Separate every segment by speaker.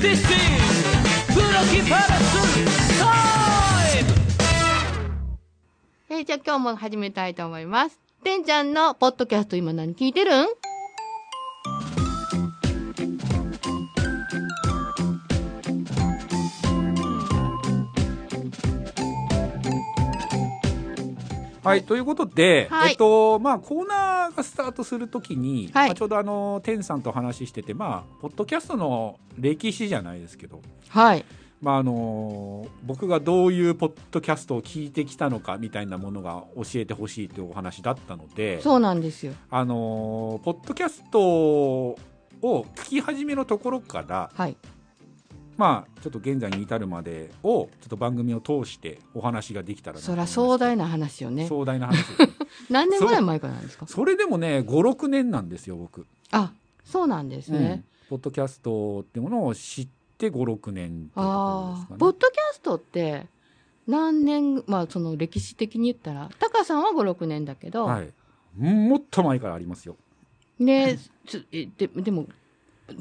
Speaker 1: This is ブロッキーパレスタイム
Speaker 2: えーじゃあ今日も始めたいと思います。てんちゃんのポッドキャスト今何聞いてるん
Speaker 3: はい、ということで、
Speaker 2: はい
Speaker 3: えっと、まあ、コーナーがスタートするときに、
Speaker 2: はい
Speaker 3: まあ、ちょうどあの、天さんと話してて、まあ、ポッドキャストの歴史じゃないですけど、
Speaker 2: はい。
Speaker 3: まあ、あの、僕がどういうポッドキャストを聞いてきたのかみたいなものが教えてほしいというお話だったので、
Speaker 2: そうなんですよ。
Speaker 3: あの、ポッドキャストを聞き始めのところから、
Speaker 2: はい。
Speaker 3: まあ、ちょっと現在に至るまでを、ちょっと番組を通してお話ができたらなと
Speaker 2: そ
Speaker 3: 思い
Speaker 2: ら
Speaker 3: ます
Speaker 2: 壮大な話よね。
Speaker 3: 壮大な話ですね。
Speaker 2: 何年ぐらい前からなんですか
Speaker 3: それでもね56年なんですよ僕、
Speaker 2: あ、そうなんですね。
Speaker 3: うんポッドキャストってものを知って56年っていうところで
Speaker 2: あ
Speaker 3: す
Speaker 2: あ、
Speaker 3: か
Speaker 2: ポッ
Speaker 3: ね
Speaker 2: ドキャストって何年、まあその歴史的に言ったら、タカさんは5、6年だけど、
Speaker 3: はいうんもっと前からありますよ
Speaker 2: で、つえででも、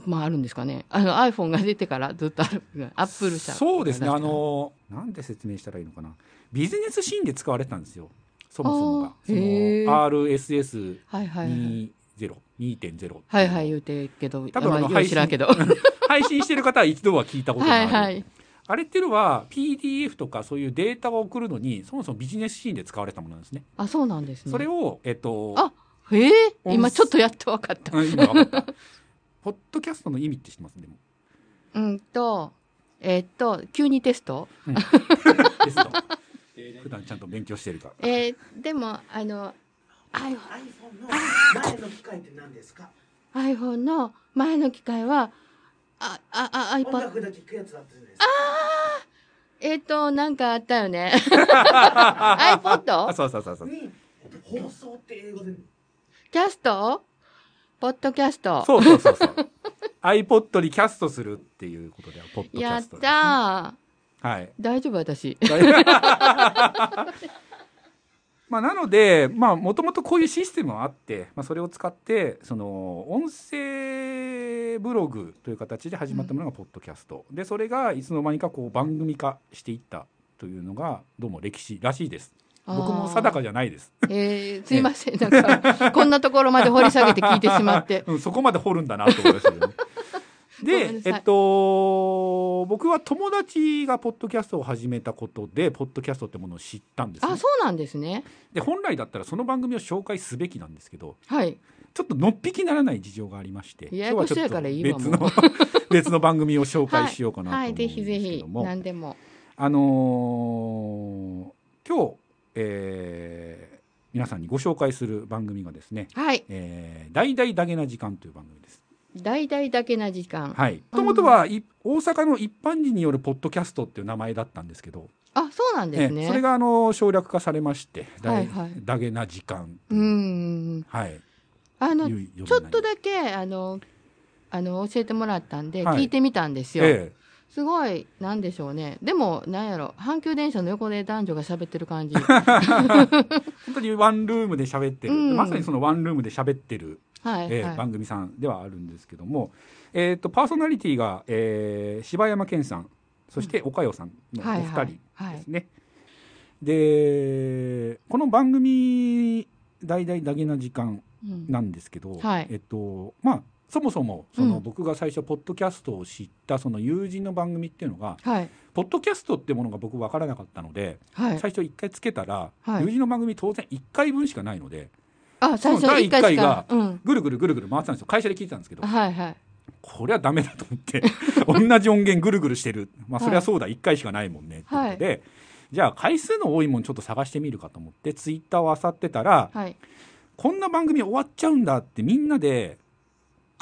Speaker 2: まああるんですかね。あの iPhone が出てからずっとある。アップル社。
Speaker 3: そうですね
Speaker 2: 出し
Speaker 3: あ
Speaker 2: た
Speaker 3: のなんで説明したらいいのかなビジネスシーンで使われてたんですよそもそもが
Speaker 2: あー
Speaker 3: その
Speaker 2: へー
Speaker 3: RSS2.0
Speaker 2: はいはいはい。
Speaker 3: 2.0
Speaker 2: はいはい言うてるけど、
Speaker 3: 多分
Speaker 2: ま
Speaker 3: あの
Speaker 2: よう
Speaker 3: 配信
Speaker 2: 知らんけど。
Speaker 3: 配信してる方は一度は聞いたことが あ
Speaker 2: は
Speaker 3: る
Speaker 2: いはい。
Speaker 3: あれっていうのは PDF とかそういうデータを送るのにそもそもビジネスシーンで使われたものなんですね
Speaker 2: あ、そうなんですね。
Speaker 3: それをえっと
Speaker 2: あへえ
Speaker 3: 音
Speaker 2: 今ちょっとやっと分かった。
Speaker 3: うん今分かった。ポッドキャストの意味って知ってますでも。
Speaker 2: うんと、えっと、急にテスト
Speaker 3: ですと。普段ちゃんと勉強してるから。
Speaker 2: えーでも、あの、iPhone
Speaker 4: iPhone の前の機械って何ですか
Speaker 2: iPhone の前の機械は、あ、あ、あ、
Speaker 4: 音
Speaker 2: iPod。
Speaker 4: 楽だけ聞くやつだったじゃないですか
Speaker 2: えっ、と、なんかあったよね。
Speaker 3: あ、
Speaker 2: iPod?
Speaker 3: そうそうそうそう。
Speaker 4: に、えっと、放送って英語で
Speaker 2: キャストポッドキャスト。
Speaker 3: そうそうそうそう。iPod にキャストするっていうことでは、ポッドキ
Speaker 2: や
Speaker 3: ャ
Speaker 2: っ
Speaker 3: ストです、
Speaker 2: たー。
Speaker 3: はい。
Speaker 2: 大丈夫私。
Speaker 3: まあ、なので、まあ、もともとこういうシステムはあって、まあ、それを使って、その、音声ブログという形で始まったものがポッドキャスト。で、それがいつの間にかこう番組化していったというのが、どうも歴史らしいです。僕も定か
Speaker 2: じ
Speaker 3: じゃないです。
Speaker 2: えーすいません。なんか、こんなところまで掘り下げて聞いてしまって。
Speaker 3: うん、そこまで掘るんだなと思いました けどね
Speaker 2: ごめんな
Speaker 3: で、
Speaker 2: さい
Speaker 3: えっと、僕は友達がポッドキャストを始めたことで、ポッドキャストってものを知ったんですね、
Speaker 2: あ、そうなんですね。
Speaker 3: で、本来だったらその番組を紹介すべきなんですけど、
Speaker 2: はい。
Speaker 3: ちょっとのっぴきならない事情がありまして、
Speaker 2: ややこしい
Speaker 3: 今日は
Speaker 2: から
Speaker 3: ち
Speaker 2: いい
Speaker 3: ょ
Speaker 2: わ
Speaker 3: っと別の、 別の番組を紹介しようかなと
Speaker 2: は
Speaker 3: 思う
Speaker 2: い、
Speaker 3: んで
Speaker 2: ぜ
Speaker 3: すけ
Speaker 2: ひぜひ
Speaker 3: ど、も、
Speaker 2: 何でも。
Speaker 3: あのー今日、えー皆さんにご紹介する番組がですね、
Speaker 2: はい。
Speaker 3: えー、大々だげな時間という番組です。
Speaker 2: 大々だけな時間。
Speaker 3: はい。
Speaker 2: う
Speaker 3: もと
Speaker 2: ん
Speaker 3: もとはい大阪の一般人によるポッドキャストっていう名前だったんですけど、
Speaker 2: あ、そうなんです
Speaker 3: え
Speaker 2: ね。
Speaker 3: えそれがあの省略化されまして、だ
Speaker 2: はいはい
Speaker 3: だげな時間。
Speaker 2: うーん。
Speaker 3: はい。
Speaker 2: あの、
Speaker 3: いう
Speaker 2: ち
Speaker 3: ようになり
Speaker 2: ょっとだけ、あの、あの、教えてもらったんで、
Speaker 3: はい
Speaker 2: 聞いてみたんですよ。
Speaker 3: え
Speaker 2: すごい、なんでしょうね。でも、なんやろ、阪急電車の横で男女が喋ってる感じ。
Speaker 3: え本当にワンルームで喋ってる、
Speaker 2: うん
Speaker 3: まさにそのワンルームで喋ってる、
Speaker 2: はい、
Speaker 3: ええ
Speaker 2: はい。
Speaker 3: 番組さんではあるんですけども、えっ、とパーソナリティが、えー、柴山健さん、そして岡代さんのお
Speaker 2: はい
Speaker 3: 二人。
Speaker 2: はい。はい
Speaker 3: です。ね。でこの番組「大々だげな時間」
Speaker 2: うん
Speaker 3: なんですけど、
Speaker 2: はい
Speaker 3: えっとまあそもそもその
Speaker 2: うん
Speaker 3: 僕が最初ポッドキャストを知ったその友人の番組っていうのが
Speaker 2: はい。
Speaker 3: ポッドキャストってものが僕分からなかったので、
Speaker 2: はい。
Speaker 3: 最初1回つけたら、
Speaker 2: はい
Speaker 3: 友人の番組当然1回分しかないので
Speaker 2: あ、最初
Speaker 3: その
Speaker 2: 一回しか
Speaker 3: 第一回が。
Speaker 2: うん。
Speaker 3: ぐるぐるぐるぐる回ってたんですよ会社で聞いてたんですけど
Speaker 2: はいはい。
Speaker 3: これはダメだと思って 同じ音源ぐるぐるしてるまあそりゃそうだ1回しかないもんねってことで、じゃあ回数の多いもんちょっと探してみるかと思ってツイッターを漁ってたら
Speaker 2: はい。
Speaker 3: こんな番組終わっちゃうんだってみんなで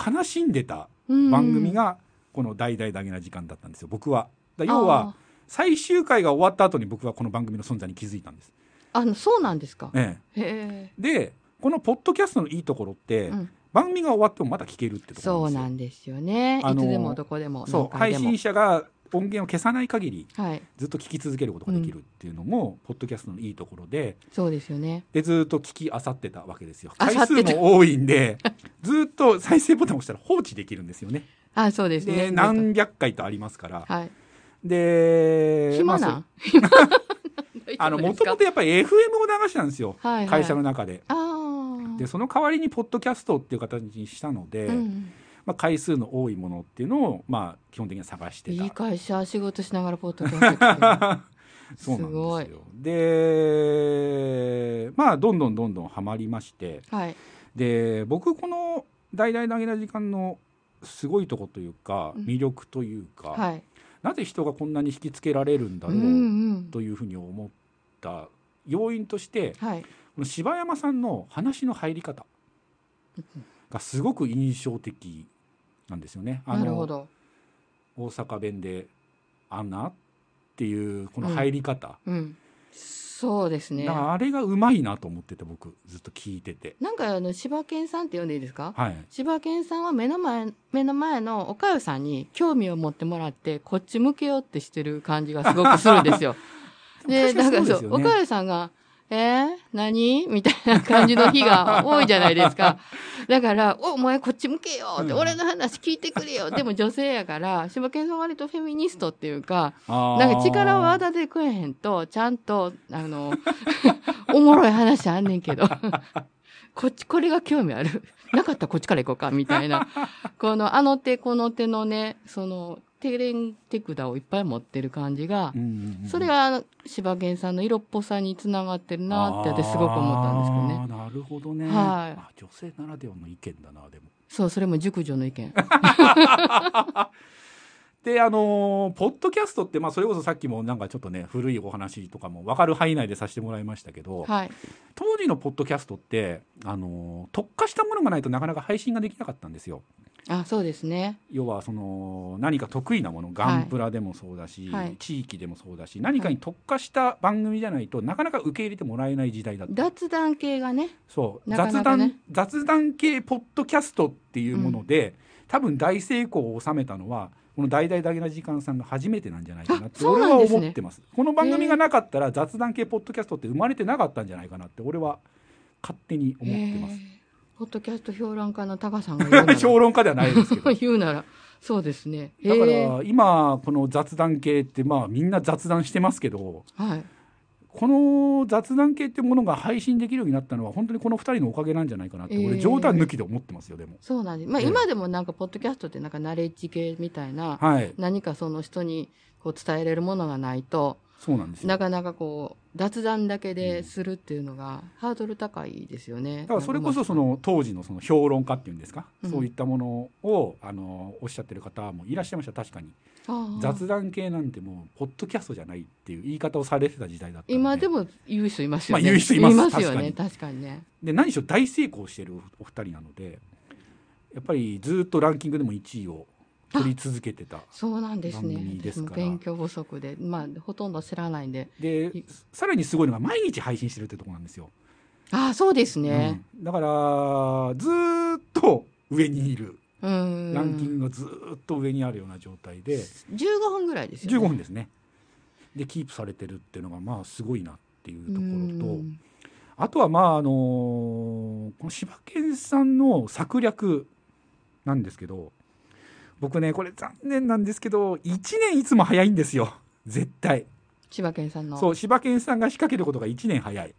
Speaker 3: 悲しんでた
Speaker 2: うん
Speaker 3: 番組、がこの「大々だげな時間」だったんですよ僕は。だ要は最終回が終わった後に僕はこの番組の存在に気づいたんです。
Speaker 2: あー。あの、そうなんですか。
Speaker 3: え
Speaker 2: へ
Speaker 3: え、でこのポッドキャストのいいところって、
Speaker 2: え。うん。
Speaker 3: 番組が終わってもまだ聞けるってとこ
Speaker 2: そ
Speaker 3: ろ
Speaker 2: う
Speaker 3: な
Speaker 2: なん
Speaker 3: です
Speaker 2: ん
Speaker 3: よ。
Speaker 2: ですよね。
Speaker 3: あ
Speaker 2: いつ
Speaker 3: の
Speaker 2: でもどこでも。
Speaker 3: そう
Speaker 2: 何回
Speaker 3: 配
Speaker 2: でも
Speaker 3: 信者が音源を消さない限り
Speaker 2: はい、
Speaker 3: ずっと聞き続けることができるっていうのも、ポッドキャストのいいところで
Speaker 2: そうですよね。
Speaker 3: でずっと聞きあさってたわけですよ
Speaker 2: 漁
Speaker 3: 回
Speaker 2: っ
Speaker 3: 数
Speaker 2: てた
Speaker 3: も多いんでずっと再生ボタンを押したら放置できるんですよね。
Speaker 2: あ、そうですね。
Speaker 3: で何百回とありますから。
Speaker 2: はい。
Speaker 3: で
Speaker 2: 暇
Speaker 3: ま
Speaker 2: な。
Speaker 3: あそうん
Speaker 2: 暇な
Speaker 3: あ
Speaker 2: ん
Speaker 3: の
Speaker 2: です
Speaker 3: も
Speaker 2: か
Speaker 3: ともとやっぱり FM を流したんですよ、
Speaker 2: はいはい
Speaker 3: 会社の中で。
Speaker 2: ああ。
Speaker 3: でその代わりにポッドキャストっていう形にしたので、
Speaker 2: うん、
Speaker 3: まあ、回数の多いものっていうのを、まあ、基本的には探してた
Speaker 2: いい会社仕事しながらポートキャ ストやってる
Speaker 3: そうなん
Speaker 2: すごい
Speaker 3: ですよでまあどんどんどんどんハマりまして
Speaker 2: はい。
Speaker 3: で僕この「大々投げな時間」のすごいとこというか
Speaker 2: うん
Speaker 3: 魅力というか、
Speaker 2: はい。
Speaker 3: なぜ人がこんなに引きつけられるんだ
Speaker 2: う
Speaker 3: ろ
Speaker 2: ん
Speaker 3: う
Speaker 2: うん。
Speaker 3: というふうに思った要因として
Speaker 2: はい。
Speaker 3: この柴山さんの話の入り方がすごく印象的なんですよね。あの
Speaker 2: なるほど。
Speaker 3: 大阪弁で「あんな」っていうこの入り方、
Speaker 2: うん。そうですね。
Speaker 3: だからあれがうまいなと思ってて僕ずっと聞いてて。
Speaker 2: なんかあの柴犬さんって呼んでいいですか？
Speaker 3: はい
Speaker 2: 柴犬さんは目の前目の前のおかゆさんに興味を持ってもらってこっち向けようってしてる感じがすごくするんです よ。で、
Speaker 3: 確か
Speaker 2: だ
Speaker 3: に
Speaker 2: から
Speaker 3: そうです
Speaker 2: そ
Speaker 3: よ
Speaker 2: う
Speaker 3: ね
Speaker 2: おかゆさんが、えー、何みたいな感じの日が多いじゃないです か。だから、お、お前こっち向けよって、
Speaker 3: うん
Speaker 2: 俺の話聞いてくれよ。でも女性やから、柴犬さんは割とフェミニストっていうか、
Speaker 3: あー
Speaker 2: なんか力をあだでくれへんと、ちゃんと、あの、 おもろい話あんねんけど、 こっち、これが興味ある。 なかったらこっちから行こうか、みたいな。この、あの手この手のね、その、手練手札をいっぱい持ってる感じが
Speaker 3: う、んうんうん
Speaker 2: それが、あの柴犬さんの色っぽさにつながってるなって、私すごく思ったんですけどね。
Speaker 3: あーなるほどね、
Speaker 2: はい
Speaker 3: あ女性ならではの意見だなでも。
Speaker 2: そう、それも熟女の意見。
Speaker 3: であのーポッドキャストって、まあ、それこそさっきもなんかちょっとね古いお話とかも分かる範囲内でさせてもらいましたけど、
Speaker 2: はい。
Speaker 3: 当時のポッドキャストって、あのー特化したものがないとなかなか配信ができなかったんですよ。
Speaker 2: あ、そうですね。
Speaker 3: 要はその何か得意なものガンプラでもそうだし、
Speaker 2: はい
Speaker 3: 地域でもそうだし何かに特化した番組じゃないとなかなか受け入れてもらえない時代だった
Speaker 2: 脱談系がね、
Speaker 3: そう
Speaker 2: なかなかね
Speaker 3: 雑談雑談系ポッドキャストっていうもので、多分大成功を収めたのはこの「大々だけな時間」さんが初めてなんじゃないかなって
Speaker 2: あそう
Speaker 3: 俺
Speaker 2: なん
Speaker 3: は
Speaker 2: ですね
Speaker 3: 思ってますこの番組がなかったら雑談系ポッドキャストって生まれてなかったんじゃないかなって俺は勝手に思ってま
Speaker 2: えー
Speaker 3: す、
Speaker 2: ポッドキャスト評論家の高さんが言うなら
Speaker 3: 評論家ではないですけど
Speaker 2: 言うなら、そうですね。
Speaker 3: だか
Speaker 2: へー
Speaker 3: ら今この雑談系ってまあみんな雑談してますけど
Speaker 2: はい。
Speaker 3: この雑談系ってものが配信できるようになったのは本当にこの2人のおかげなんじゃないかなって
Speaker 2: え
Speaker 3: 俺
Speaker 2: ー
Speaker 3: 冗談抜きで思ってますよでも。
Speaker 2: そうなんです。まあ、
Speaker 3: ええ
Speaker 2: 今でもなんか、ポッドキャストってなんか、ナレッジ系みたいな、
Speaker 3: はい、
Speaker 2: 何かその人にこう伝えれるものがないと、
Speaker 3: そうなんですよ
Speaker 2: なかなかこう、雑談だけでするっていうのが、ハードル高いですよね。
Speaker 3: だからそれこそその当時のその評論家っていうんですか、
Speaker 2: うん
Speaker 3: そういったものをあのおっしゃってる方もいらっしゃいました確かに
Speaker 2: ああ
Speaker 3: 雑談系なんてもうポッドキャストじゃないっていう言い方をされてた時代だったので
Speaker 2: 今でも言う人いますよね。
Speaker 3: まあ言う人います
Speaker 2: よね。確かにね。
Speaker 3: で何しろ大成功してるお二人なのでやっぱりずっとランキングでも1位を取り続けてた
Speaker 2: そうなんですね。
Speaker 3: 番組ですから
Speaker 2: 私も勉強不足で、まあ、ほとんど知らないんで。
Speaker 3: で
Speaker 2: い
Speaker 3: さらにすごいのが毎日配信してるってとこなんですよ、
Speaker 2: ああ、そうですね。
Speaker 3: うんだからずーっと上にいる
Speaker 2: うん。
Speaker 3: ランキングがずーっと上にあるような状態で、
Speaker 2: 15分ぐらいですよね。
Speaker 3: 15分ですねでキープされてるっていうのがまあすごいなっていうところ
Speaker 2: う
Speaker 3: と
Speaker 2: ん
Speaker 3: あとはまああのーこの柴犬さんの策略なんですけど僕ねこれ残念なんですけど1年いつも早いんですよ 絶対
Speaker 2: 千葉県さんの。
Speaker 3: そう柴犬さんが仕掛けることが1年早い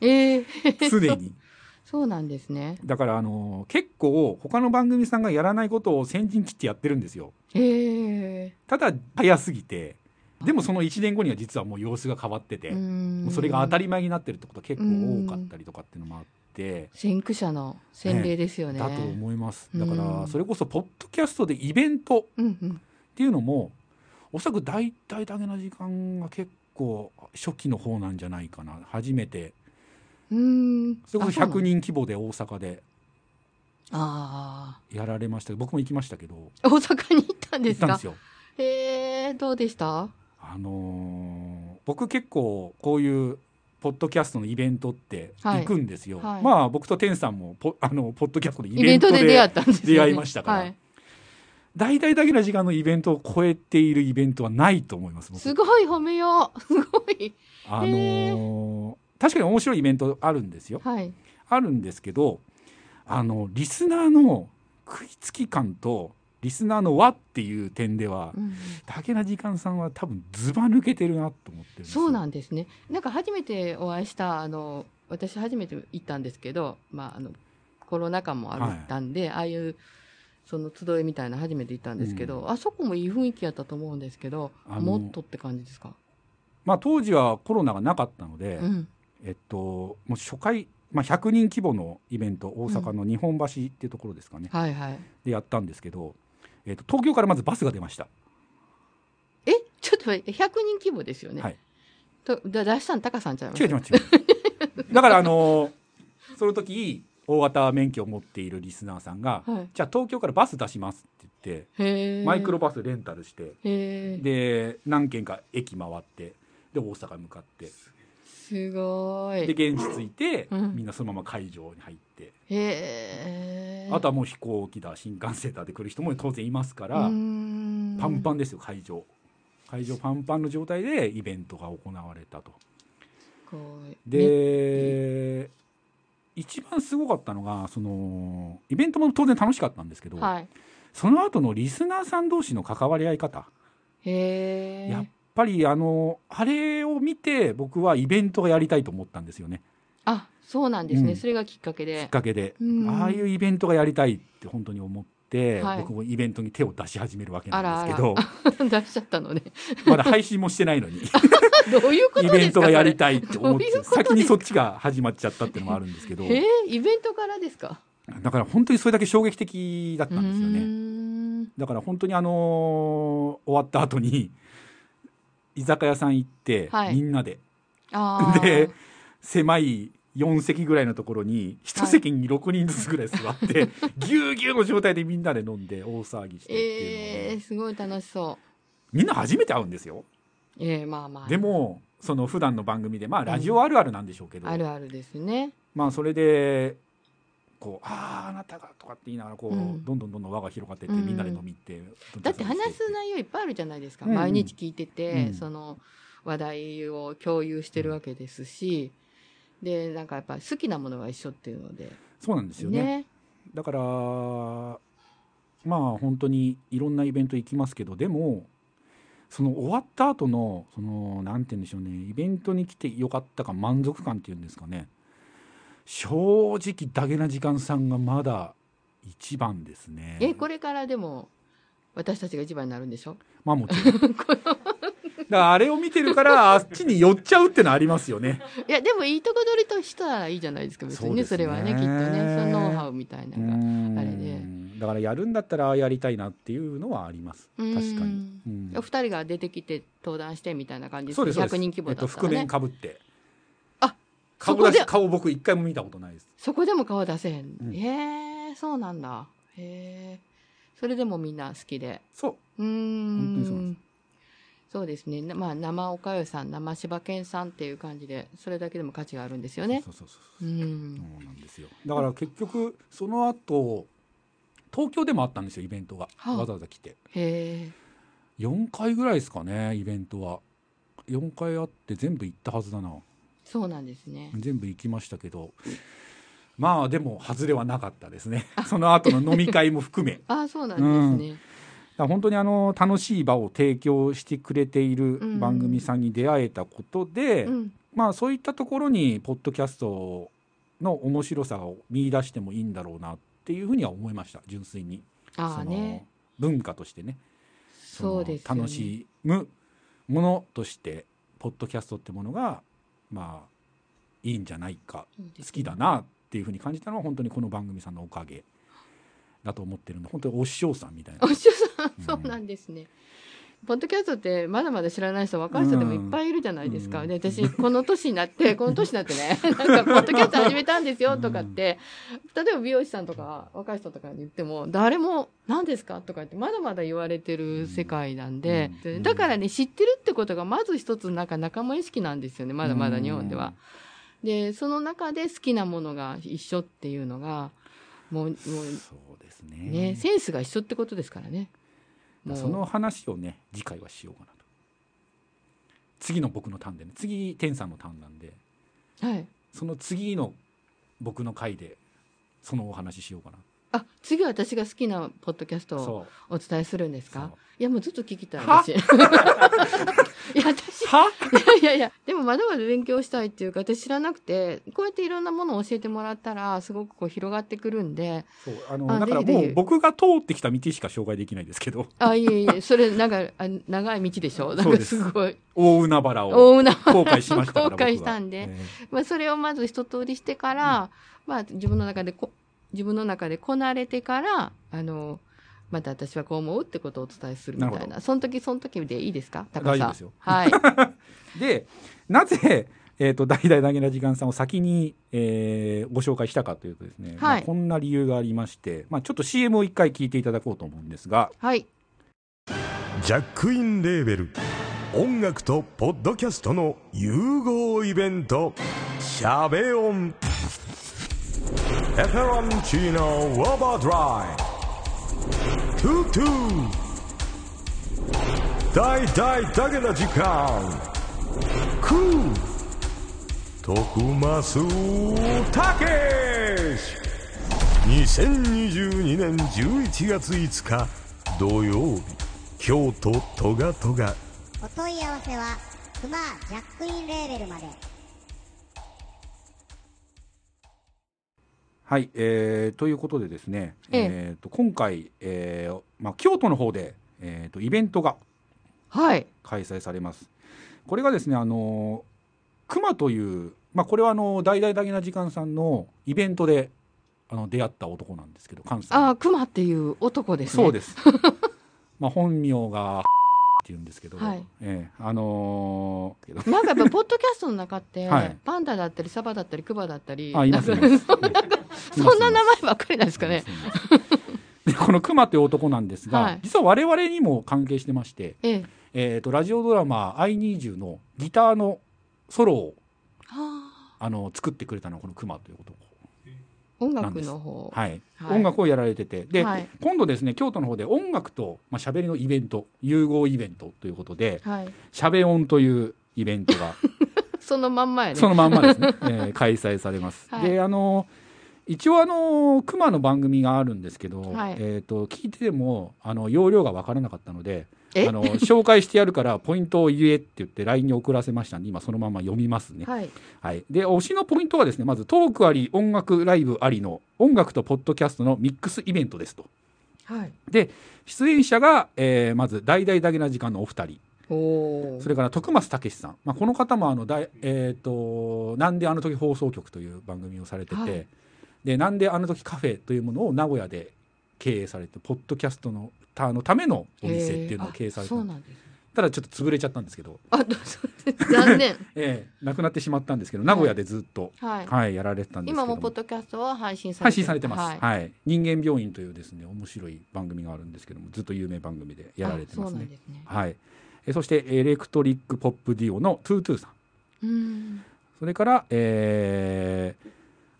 Speaker 2: ええ
Speaker 3: 常に
Speaker 2: そうなんですね。
Speaker 3: だからあのー結構他の番組さんがやらないことを先陣切ってやってるんですよ
Speaker 2: ええ
Speaker 3: ただ早すぎてでもその1年後には実はもう様子が変わってて、もうそれが当た
Speaker 2: り。
Speaker 3: り前になってるってことは結構多かったりとかっていうのもあって、
Speaker 2: 先駆者の洗礼ですよね。
Speaker 3: だと思います
Speaker 2: うん
Speaker 3: だからそれこそポッドキャストでイベントっ
Speaker 2: うんうん。
Speaker 3: ていうのもおそらく大体だけの時間が結構初期の方なんじゃないかな初めて
Speaker 2: うーん。
Speaker 3: それこそ
Speaker 2: あう
Speaker 3: 100
Speaker 2: なん
Speaker 3: 人規模で大阪で
Speaker 2: あ
Speaker 3: やられましたけど僕も行きましたけど
Speaker 2: あ。大阪に行ったんで
Speaker 3: 行っ
Speaker 2: す
Speaker 3: たん
Speaker 2: か
Speaker 3: ですよ。
Speaker 2: ええどうでした
Speaker 3: あのー僕結構こういうポッドキャストのイベントって行くんですよ。
Speaker 2: はいはい
Speaker 3: まあ僕と天さんもポあのポッドキャストのイ
Speaker 2: イ
Speaker 3: ベ
Speaker 2: ベ
Speaker 3: ン
Speaker 2: ン
Speaker 3: ト
Speaker 2: ト
Speaker 3: で
Speaker 2: で出会ったんですよね
Speaker 3: 出会いましたから
Speaker 2: はい。
Speaker 3: 大々だけな時間のイベントを超えているイベントはないと思います僕
Speaker 2: すごい褒めよう。すごい。
Speaker 3: あのー確かに面白いイベントあるんですよ
Speaker 2: はい。
Speaker 3: あるんですけどあのリスナーの食いつき感とリスナーの輪っていう点では
Speaker 2: うん
Speaker 3: 武田時間さんは多分ズバ抜けてるなと思ってるんですよ
Speaker 2: そうなんですね。なんか初めてお会いした、あの、私初めて行ったんですけど、まあ、あの、コロナ禍もあったんで、ああいう、その集いみたいなの初めて行ったんですけど、あそこもいい雰囲気やったと思うんですけど、
Speaker 3: あの
Speaker 2: もっとって感じですか。
Speaker 3: まあ、当時はコロナがなかったので、
Speaker 2: うん。
Speaker 3: えっと、もう初回、まあ、100人規模のイベント大阪の日本橋っていうところですかね、
Speaker 2: はいはい。
Speaker 3: でやったんですけど、えっと、東京からまずバスが出ました
Speaker 2: え、ちょっと待って、100人規模ですよね。
Speaker 3: はい。
Speaker 2: と、だ、出したん高さんちゃいます
Speaker 3: 違う違う違うだからあのーその時大型免許を持っているリスナーさんが、
Speaker 2: はい。
Speaker 3: じゃあ東京からバス出しますって言って、
Speaker 2: へえ。
Speaker 3: マイクロ。バスレンタルして
Speaker 2: へえ。
Speaker 3: で何軒か駅回ってで大阪向かって
Speaker 2: すご
Speaker 3: で
Speaker 2: い。
Speaker 3: 現地着いて、
Speaker 2: うん
Speaker 3: みんなそのまま会場に入って、
Speaker 2: へえ。
Speaker 3: あとはもう飛行機だ新幹線だって来る人も当然いますから、
Speaker 2: うーん
Speaker 3: パンパンですよ会場会場パンパンの状態でイベントが行われたと
Speaker 2: すごい
Speaker 3: で、一番すごかったのがそのイベントも当然楽しかったんですけど、
Speaker 2: はい。
Speaker 3: その後のリスナーさん同士の関わり合い方
Speaker 2: へえ。
Speaker 3: やっぱりあのあれを見て僕はイベントをやりたいと思ったんですよね
Speaker 2: あ、そうなんですね。
Speaker 3: うん
Speaker 2: それがきっかけ
Speaker 3: きっ
Speaker 2: で。
Speaker 3: かけで、
Speaker 2: うん
Speaker 3: ああいうイベントがやりたいって本当に思って、
Speaker 2: はい
Speaker 3: 僕もイベントに手を出し始めるわけなんですけど
Speaker 2: 出しちゃったのね。
Speaker 3: まだ配信もしてないのに
Speaker 2: どういうこと
Speaker 3: イ
Speaker 2: ですか
Speaker 3: ベントがやり
Speaker 2: い。
Speaker 3: たいって思って
Speaker 2: どういうことですか
Speaker 3: 先にそっちが始まっちゃったっていうのもあるんですけど
Speaker 2: それへえ、イベントからですか。
Speaker 3: だから本当にそれだけ衝撃的だったんですよ
Speaker 2: うー
Speaker 3: ね。
Speaker 2: ん
Speaker 3: だから本当にあのー終わった後に居酒屋さん行って、
Speaker 2: はい
Speaker 3: みんなで
Speaker 2: あー
Speaker 3: で狭い4席ぐらいのところに1席に6人ずつぐらい座って、 ぎゅうぎゅうの状態でみんなで飲んで大騒ぎしてっていうのを
Speaker 2: ええ、すごい楽しそ
Speaker 3: みんな初めて会うんですよ、
Speaker 2: う。ええ、まあまあ。
Speaker 3: でもその普段の番組でまあラジオあるあるなんでしょうけど、
Speaker 2: あるあるですね。
Speaker 3: まあそれでこう「あああなたが」とかって言いながらこう、
Speaker 2: うん
Speaker 3: どんどんどんどん輪が広がってって、
Speaker 2: うん
Speaker 3: みんなで飲み行って
Speaker 2: だって話す内容いっぱいあるじゃないですか。
Speaker 3: うんうん
Speaker 2: 毎日聞いてて、
Speaker 3: うん
Speaker 2: その話題を共有してるわけですし、で、なんかやっぱ好きなものが一緒っていうので。
Speaker 3: そうなんですよね
Speaker 2: ね。
Speaker 3: だからまあ本当にいろんなイベント行きますけどでもその終わった後のそのなんて言うんでしょうねイベントに来てよかったか満足感っていうんですかね正直ダゲな時間さんがまだ一番ですね。
Speaker 2: え、これからでも、私たちが一番になるんでしょ
Speaker 3: まあもちろん。だからあれを見てるからあっちに寄っちゃうってのはありますよね。
Speaker 2: いや、でもいいとこ取りとしたらいいじゃないですか、別にね。そ
Speaker 3: そうですね
Speaker 2: れはね、きっとね。そのノウハウみたいなのが。あれね
Speaker 3: うんだからやるんだったらああやりたいなっていうのはあります。
Speaker 2: う
Speaker 3: 確
Speaker 2: ん
Speaker 3: かに。うん
Speaker 2: お二人が出てきて登壇してみたいな感じです
Speaker 3: そう
Speaker 2: ね。
Speaker 3: ですそうで
Speaker 2: 100
Speaker 3: す
Speaker 2: 人規模だ
Speaker 3: え
Speaker 2: っ
Speaker 3: っと
Speaker 2: た
Speaker 3: 覆
Speaker 2: らね。
Speaker 3: 面かぶって
Speaker 2: あ
Speaker 3: 顔
Speaker 2: そこで
Speaker 3: 出し顔僕一回も見たことないです
Speaker 2: そこでも顔出せへん。
Speaker 3: うん
Speaker 2: へえ、そうなんだ。へえ。それでもみんな好きで。
Speaker 3: そう
Speaker 2: ー
Speaker 3: 本当にそうなん
Speaker 2: ん。そうですね。なまあ、生おかよさん、生柴犬さんっていう感じで、それだけでも価値があるんですよ
Speaker 3: う、
Speaker 2: ね。
Speaker 3: そうそうそ
Speaker 2: う
Speaker 3: うそ
Speaker 2: ん。
Speaker 3: うなんですよだから結局その後東京でもあったんですよイベントが、
Speaker 2: はあ
Speaker 3: わざわざ来て
Speaker 2: へえ。
Speaker 3: 4回ぐらいですかねイベントは4回あって全部行ったはずだな
Speaker 2: そうなんですね。
Speaker 3: 全部行きましたけどまあでも外れはなかったですねその後の飲み会も含め
Speaker 2: ああ、そうなんですね。
Speaker 3: だから本当にあの楽しい場を提供してくれている番組さんに出会えたことで、
Speaker 2: うん。
Speaker 3: まあそういったところにポッドキャストの面白さを見出してもいいんだろうなっていうふうには思いました純粋に
Speaker 2: ああね。
Speaker 3: その文化としてね
Speaker 2: そうですよね。
Speaker 3: の楽しむものとしてポッドキャストってものがまあいいんじゃないか
Speaker 2: そうです
Speaker 3: 好きだなっていうふうに感じたのは本当にこの番組さんのおかげだと思ってるんで本当にお師匠さんみたいな
Speaker 2: お師匠さ
Speaker 3: うん
Speaker 2: ん、そうなんですね。ポッドキャストってまだまだ知らない人、若い人でもいっぱいいるじゃないですか。
Speaker 3: うん
Speaker 2: で、私、この年にな って、この年になってね、なんか、ポッドキャスト始めたんですよとかって、例えば美容師さんとか、若い人とかに言っても、誰も、何ですかとかって、まだまだ言われてる世界なんで、
Speaker 3: うんうん
Speaker 2: だからね、知ってるってことが、まず一つ、なんか仲間意識なんですよね、まだまだ日本では。で、その中で好きなものが一緒っていうのが、もう、もう
Speaker 3: うんそうですね
Speaker 2: ね、センスが一緒ってことですからね。もう
Speaker 3: その話をね次回はしようかなと次の僕のターンでね次天さんのターンなんで
Speaker 2: はい。
Speaker 3: その次の僕の回でそのお話ししようかな
Speaker 2: あ、次は私が好きなポッドキャストを
Speaker 3: そう
Speaker 2: お伝えするんです
Speaker 3: そう
Speaker 2: かいや、もうずっと聞きたい、
Speaker 3: は
Speaker 2: 私。いや、 私、い
Speaker 3: は
Speaker 2: やいやいや、でもまだまだ勉強したいっていうか、私知らなくて、こうやっていろんなものを教えてもらったら、すごくこう広がってくるんで、
Speaker 3: そうあの
Speaker 2: あ
Speaker 3: だから
Speaker 2: ぜひぜ
Speaker 3: も
Speaker 2: ひ
Speaker 3: う僕が通ってきた道しか紹介できないです けど
Speaker 2: あ、いえいえ、それ、なんか、あ長い道でしょなん
Speaker 3: そう
Speaker 2: か
Speaker 3: です
Speaker 2: すごい、
Speaker 3: 大海原を
Speaker 2: 大海
Speaker 3: 後悔しましたから
Speaker 2: 後悔したんで
Speaker 3: 僕はえ
Speaker 2: まあ、それをまず一通りしてから、まあ、自分の中でこ、自分の中でこなれてから、あの、また私はこう思うってことをお伝えするみ
Speaker 3: な
Speaker 2: た
Speaker 3: る
Speaker 2: い
Speaker 3: ほ
Speaker 2: な。その時、その時でいいですか高橋
Speaker 3: 大丈
Speaker 2: さ
Speaker 3: 夫
Speaker 2: ん。
Speaker 3: ですよ
Speaker 2: はい。
Speaker 3: えでなぜえー、と代々投げな時間さんを先に、えーご紹介したかというとですね、まあこんな理由がありまして、まあ、ちょっと CM を一回聞いていただこうと思うんですが
Speaker 2: はい。
Speaker 5: ジャックインレーベル音楽とポッドキャストの融合イベント「シャベオン」「エフェロンチーノウォーバードライ」「トゥトゥ」「大大だけの時間」「クー」「徳マスたけし」2022年11月5日土曜日京都トガトガ
Speaker 6: お問い合わせはクマジャックインレーベルまで
Speaker 3: はい、えーということでですね、
Speaker 2: ええ
Speaker 3: えーと今回、えーまあ、京都の方で、えー、とイベントが
Speaker 2: はい。
Speaker 3: 開催されます。これがですね、あの熊という、まあ、これはあの大々だけな時間さんのイベントであの出会った男なんですけど、関西の
Speaker 2: ああ、熊っていう男ですね。
Speaker 3: そ うです。まあ本名がって言うんですけど、
Speaker 2: はい
Speaker 3: ええあの ーけど
Speaker 2: なんかやっぱ、ポッドキャストの中って、
Speaker 3: はい
Speaker 2: パンダだったり、サバだったり、クバだったり、
Speaker 3: あいます
Speaker 2: なん
Speaker 3: い
Speaker 2: か
Speaker 3: ます
Speaker 2: そんなそんな名前ばっかりなんですかね。
Speaker 3: そうですでこの熊という男なんですが、
Speaker 2: はい
Speaker 3: 実は我々にも関係してまして、
Speaker 2: ええ。
Speaker 3: えー、とラジオドラマ「I need you」のギターのソロを
Speaker 2: はあ
Speaker 3: あの作ってくれたのはこの熊という男、
Speaker 2: 音楽の方。
Speaker 3: はい
Speaker 2: はい
Speaker 3: 音楽をやられててで、
Speaker 2: はい
Speaker 3: 今度ですね京都の方で音楽と、まあ、しゃべりのイベント融合イベントということで
Speaker 2: はい。
Speaker 3: 「しゃべ音」というイベントが
Speaker 2: そのまんまやね。
Speaker 3: そのまんまで すね、えー開催されます。
Speaker 2: はい
Speaker 3: であの一応あの熊の番組があるんですけど、
Speaker 2: はい
Speaker 3: えー、と聞いててもあの容量が分からなかったので
Speaker 2: え
Speaker 3: あの紹介してやるからポイントを言えって言って LINE に送らせましたんで今そのまま読みますね。
Speaker 2: はい。
Speaker 3: はい、で推しのポイントはですねまずトークあり音楽ライブありの音楽とポッドキャストのミックスイベントですと
Speaker 2: はい。
Speaker 3: 出演者が、えーまず大々だけな時間のお二人
Speaker 2: おお
Speaker 3: そ。れから徳松武さん、まあ、この方もあのだい、えーと「なんであの時放送局」という番組をされてて、
Speaker 2: はい
Speaker 3: で「なんであの時カフェ」というものを名古屋で経営されてポッドキャストのたのためのお店っていうのを経営さ
Speaker 2: へえ
Speaker 3: れ
Speaker 2: あ
Speaker 3: て
Speaker 2: そうなんです。
Speaker 3: ただちょっと潰れちゃったんですけど、
Speaker 2: あ、どうぞ。残 念。
Speaker 3: えー、なくなってしまったんですけど名古屋でずっと、
Speaker 2: はい。
Speaker 3: はい、やられてたんですけど
Speaker 2: 今もポッドキャストは配信され
Speaker 3: 配
Speaker 2: て
Speaker 3: 信されてま
Speaker 2: は
Speaker 3: す、はいい人間病院というですね面白い番組があるんですけどもずっと有名番組でやられてま
Speaker 2: あ
Speaker 3: す
Speaker 2: そうなん
Speaker 3: ね
Speaker 2: ですね。
Speaker 3: はいえそしてエレクトリック・ポップ・ディオのトゥートゥーさん
Speaker 2: うん。
Speaker 3: それからえー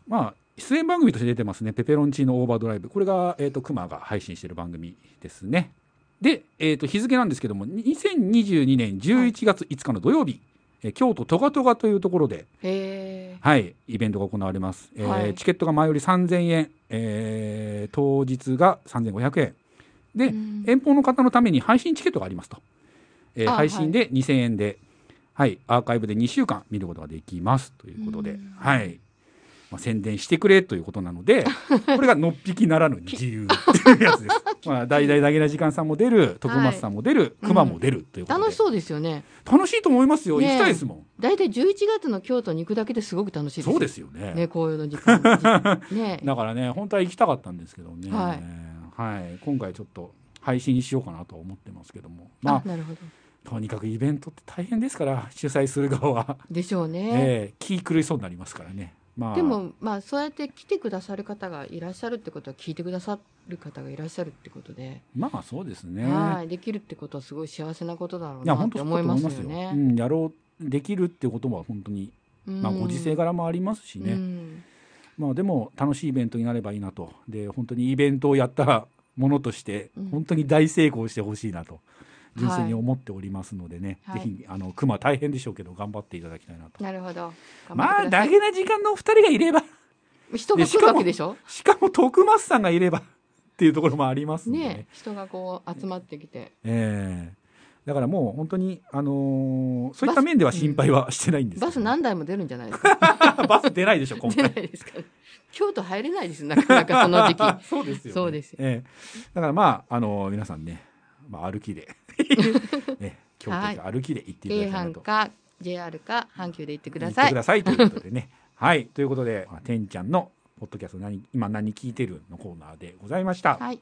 Speaker 3: まあ出演番組として出てますね「ペペロンチーノオーバードライブ」これが、えー、とクマが配信してる番組ですねで、えー、と日付なんですけども2022年11月5日の土曜日、えー京都トガトガというところで
Speaker 2: へえ。
Speaker 3: はい、イベントが行われます。えー
Speaker 2: はい
Speaker 3: チケットが前より3000円、えー当日が3500円。で、
Speaker 2: うん
Speaker 3: 遠方の方のために配信チケットがありますと。えー
Speaker 2: あ
Speaker 3: 配信で2000円で、はい、アーカイブで2週間見ることができますということで、はい。まあ、宣伝してくれということな ので、これがのっぴきならぬ自由っていうやつです。まあ、大々だけな時間さんも出る、徳松さんも出る、
Speaker 2: うん
Speaker 3: 熊も出るということで、
Speaker 2: 楽しそうですよね。
Speaker 3: 楽しいと思いますよ。
Speaker 2: ねえ
Speaker 3: 行きたいですもん。
Speaker 2: 大体11月の京都に行くだけですごく楽しいです。
Speaker 3: そうですよね。
Speaker 2: ね、紅葉の時間。 ね。
Speaker 3: だからね本当は行きたかったんですけどね、
Speaker 2: はい
Speaker 3: はい今回ちょっと配信しようかなとは思ってますけども
Speaker 2: あ
Speaker 3: ま、
Speaker 2: なるほど。
Speaker 3: あとにかくイベントって大変ですから主催する側は、
Speaker 2: でしょうね。
Speaker 3: ええ気狂いそうになりますからねまあ
Speaker 2: でも、まあ、そうやって来てくださる方がいらっしゃるってことは、聞いてくださる方がいらっしゃるってことで、
Speaker 3: まあそうですね
Speaker 2: はい、できるってことはすごい幸せなことだろう
Speaker 3: い
Speaker 2: な
Speaker 3: や
Speaker 2: っ
Speaker 3: 本
Speaker 2: て
Speaker 3: 当
Speaker 2: 思いますよ
Speaker 3: う
Speaker 2: ね。
Speaker 3: ん、やろうできるってことは本当に、まあ、ご時世
Speaker 2: が
Speaker 3: 柄もありますしね、
Speaker 2: ね。
Speaker 3: まあでも楽しいイベントになればいいなとで本当にイベントをやったらものとして
Speaker 2: うん
Speaker 3: 本当に大成功してほしいなと純粋
Speaker 2: は
Speaker 3: に
Speaker 2: い
Speaker 3: 思っておりますのでね、
Speaker 2: はい
Speaker 3: ぜひあの熊大変でしょうけど頑張っていただきたいなと。
Speaker 2: なるほど。頑張
Speaker 3: ま
Speaker 2: って
Speaker 3: あ
Speaker 2: くださ
Speaker 3: ダ
Speaker 2: い
Speaker 3: ゲな時間のお二人がいれば
Speaker 2: 人が来るわけでしょ
Speaker 3: しかも徳松さんがいれば っていうところもありますんでね
Speaker 2: ねえ人がこう集まってきて。
Speaker 3: ええだからもう本当に、あのーそういった面では心配はしてないんですけど
Speaker 2: バス何台も出るんじゃないですか
Speaker 3: バス出ないでしょ今
Speaker 2: 出な
Speaker 3: 回
Speaker 2: いですかね。京都入れないですよなかなかその時期。
Speaker 3: そうですよ、ね。
Speaker 2: そうですよ
Speaker 3: ええだからまあ、あの皆さんね、まあ、歩きで、 ね、京都で歩きで行っ
Speaker 2: 京
Speaker 3: ていただきたいな
Speaker 2: 阪
Speaker 3: と。
Speaker 2: か JR か阪急で行ってく
Speaker 3: 行
Speaker 2: だ
Speaker 3: って
Speaker 2: さ
Speaker 3: く
Speaker 2: い
Speaker 3: だ。さいということでね。はい。ということで、まあてんちゃんのポッドキャスト何、今何聞いてるのコーナーでございました。
Speaker 2: はい。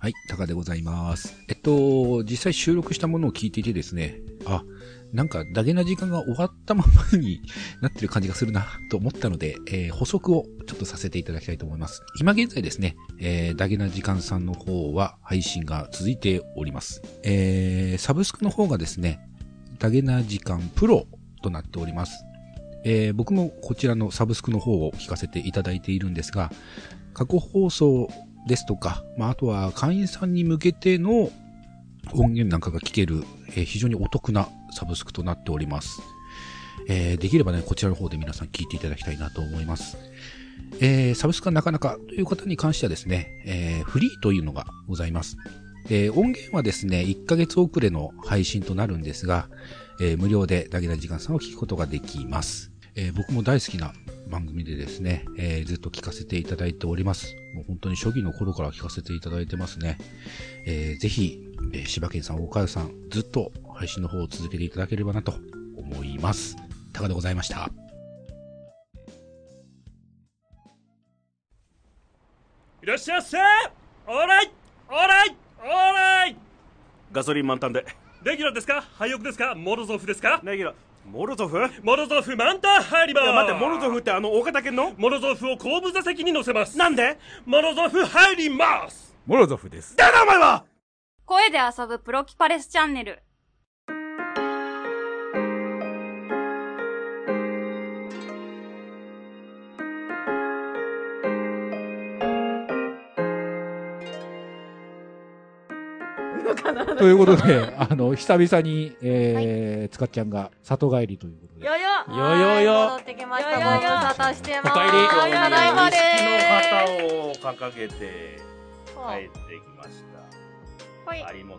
Speaker 7: はい、タカでございます。えっと、実際収録したものを聞いていてですね、あ、なんかダゲな時間が終わったままになってる感じがするなと思ったので、えー補足をちょっとさせていただきたいと思います。今現在ですね、えーダゲな時間さんの方は配信が続いております。えーサブスクの方がですね、ダゲな時間プロとなっております。えー僕もこちらのサブスクの方を聞かせていただいているんですが、過去放送ですとか、まあ、あとは会員さんに向けての音源なんかが聞ける、えー非常にお得なサブスクとなっております。えーできればね、こちらの方で皆さん聞いていただきたいなと思います。えーサブスクがなかなかという方に関してはですね、えーフリーというのがございます。えー音源はですね、1ヶ月遅れの配信となるんですが、えー無料でダゲダ時間さんを聞くことができます。えー僕も大好きな番組でですね、えーずっと聞かせていただいております。もう本当に初期の頃から聞かせていただいてますね。えーぜひ、えー柴犬さん、大川さん、ずっと配信の方を続けていただければなと思います。タカでございました。
Speaker 8: いらっしゃいませオーライオーライオーライ
Speaker 9: ガソリン満タンで
Speaker 8: レギュラーですかハイオクですかモロゾフですか
Speaker 9: レギュラーモロゾフいや
Speaker 8: モロゾフ満タン入ります
Speaker 9: 待ってモロゾフってあの大型犬の
Speaker 8: モロゾフを後部座席に乗せます
Speaker 9: なんで
Speaker 8: モロゾフ入ります
Speaker 3: モロゾフです。
Speaker 9: 誰だお前は
Speaker 10: 声で遊ぶプロキパレスチャンネル。
Speaker 3: ということ で、あの、久々に、えーつかっちゃんが里帰りということで。
Speaker 10: よよ
Speaker 11: よよよ
Speaker 10: 戻ってきました。ご無沙汰してます。
Speaker 11: お帰り
Speaker 10: はいただいまで
Speaker 9: 意識の旗を掲げて帰
Speaker 10: す。
Speaker 9: ってきまし
Speaker 10: はい
Speaker 9: た有本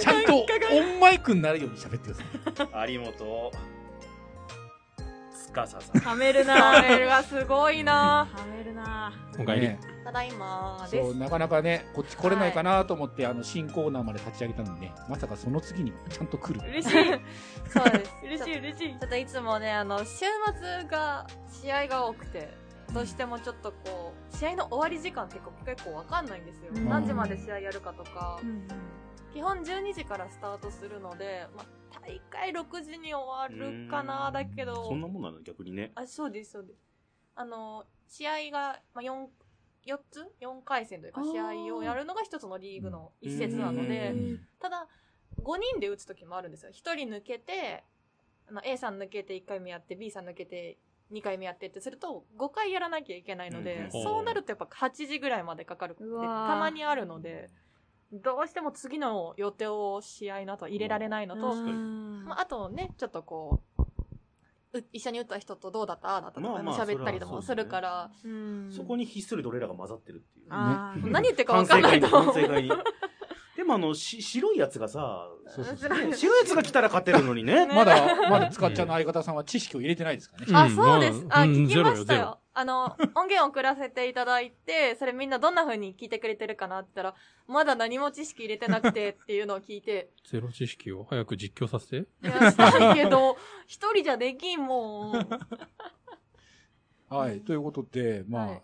Speaker 11: ちゃんとオンマイクになるように喋ってください。
Speaker 9: 有本司さん
Speaker 10: はめるなはめるがすごいなはめるな
Speaker 11: お帰り
Speaker 3: ね
Speaker 10: ただいまで
Speaker 3: そう
Speaker 10: す。
Speaker 3: なかなかねこっち来れないかなと思って、あの新コーナーまで立ち上げたのにねまさかその次にちゃんと来る
Speaker 10: 嬉しい。 そうです。
Speaker 8: 嬉しい嬉しい
Speaker 10: ちょっといつもね、あの、週末が、試合が多くて、どうしてもちょっとこう、試合の終わり時間結構結構わかんないんですよ。
Speaker 8: うん
Speaker 10: 何時まで試合やるかとか、基本12時からスタートするので、まあ、大会6時に終わるかな、だけど、
Speaker 9: そんなもんなの逆にね
Speaker 10: あ、そうです、そうです。あの、試合が、まあ、4、4つ ?4 回戦というか
Speaker 8: あー
Speaker 10: 試合をやるのが一つのリーグの一節なの
Speaker 9: う
Speaker 10: で
Speaker 9: ん、
Speaker 10: ただ、5人で打つ時もあるんですよ。1人抜けて、あの A さん抜けて1回目やって、B さん抜けて2回目やってってすると、5回やらなきゃいけないので、
Speaker 9: うん
Speaker 10: そうなるとやっぱ8時ぐらいまでかかるって
Speaker 8: う
Speaker 10: た
Speaker 8: わー
Speaker 10: まにあるので、どうしても次の予定を試合の後は入れられないのと、
Speaker 9: 確かに
Speaker 10: まあ、あとね、ちょっとこう、う一緒に打った人とどうだったああだったと
Speaker 9: ま
Speaker 10: か
Speaker 9: あまあ
Speaker 10: 喋ったりとかもするから、
Speaker 9: そこにひっそりと俺らが混ざってるっていう
Speaker 3: あー
Speaker 10: 何言ってるか
Speaker 9: 反
Speaker 10: 分かんな
Speaker 9: 省会
Speaker 10: い
Speaker 9: に
Speaker 10: と思
Speaker 9: 反
Speaker 10: う。
Speaker 9: 省会にでもあのし白いやつがさ
Speaker 10: そうそうそう
Speaker 9: ね白いやつが来たら勝てるのにね
Speaker 3: まだまだつかっちゃんの相方さんは知識を入れてないですかね、
Speaker 11: うん
Speaker 10: あ、そうです。あ、
Speaker 11: うん
Speaker 10: 聞きまし
Speaker 11: ゼ
Speaker 10: た
Speaker 11: ロよ
Speaker 10: よ。あの、音源送らせていただいて、 それみんなどんな風に聞いてくれてるかなって言ったら、まだ何も知識入れてなくてっていうのを聞いて、
Speaker 11: ゼロ知識を早く実況させて。
Speaker 10: いや、したいけど、 一人じゃできんもん。
Speaker 3: はいということでまあ、
Speaker 10: はい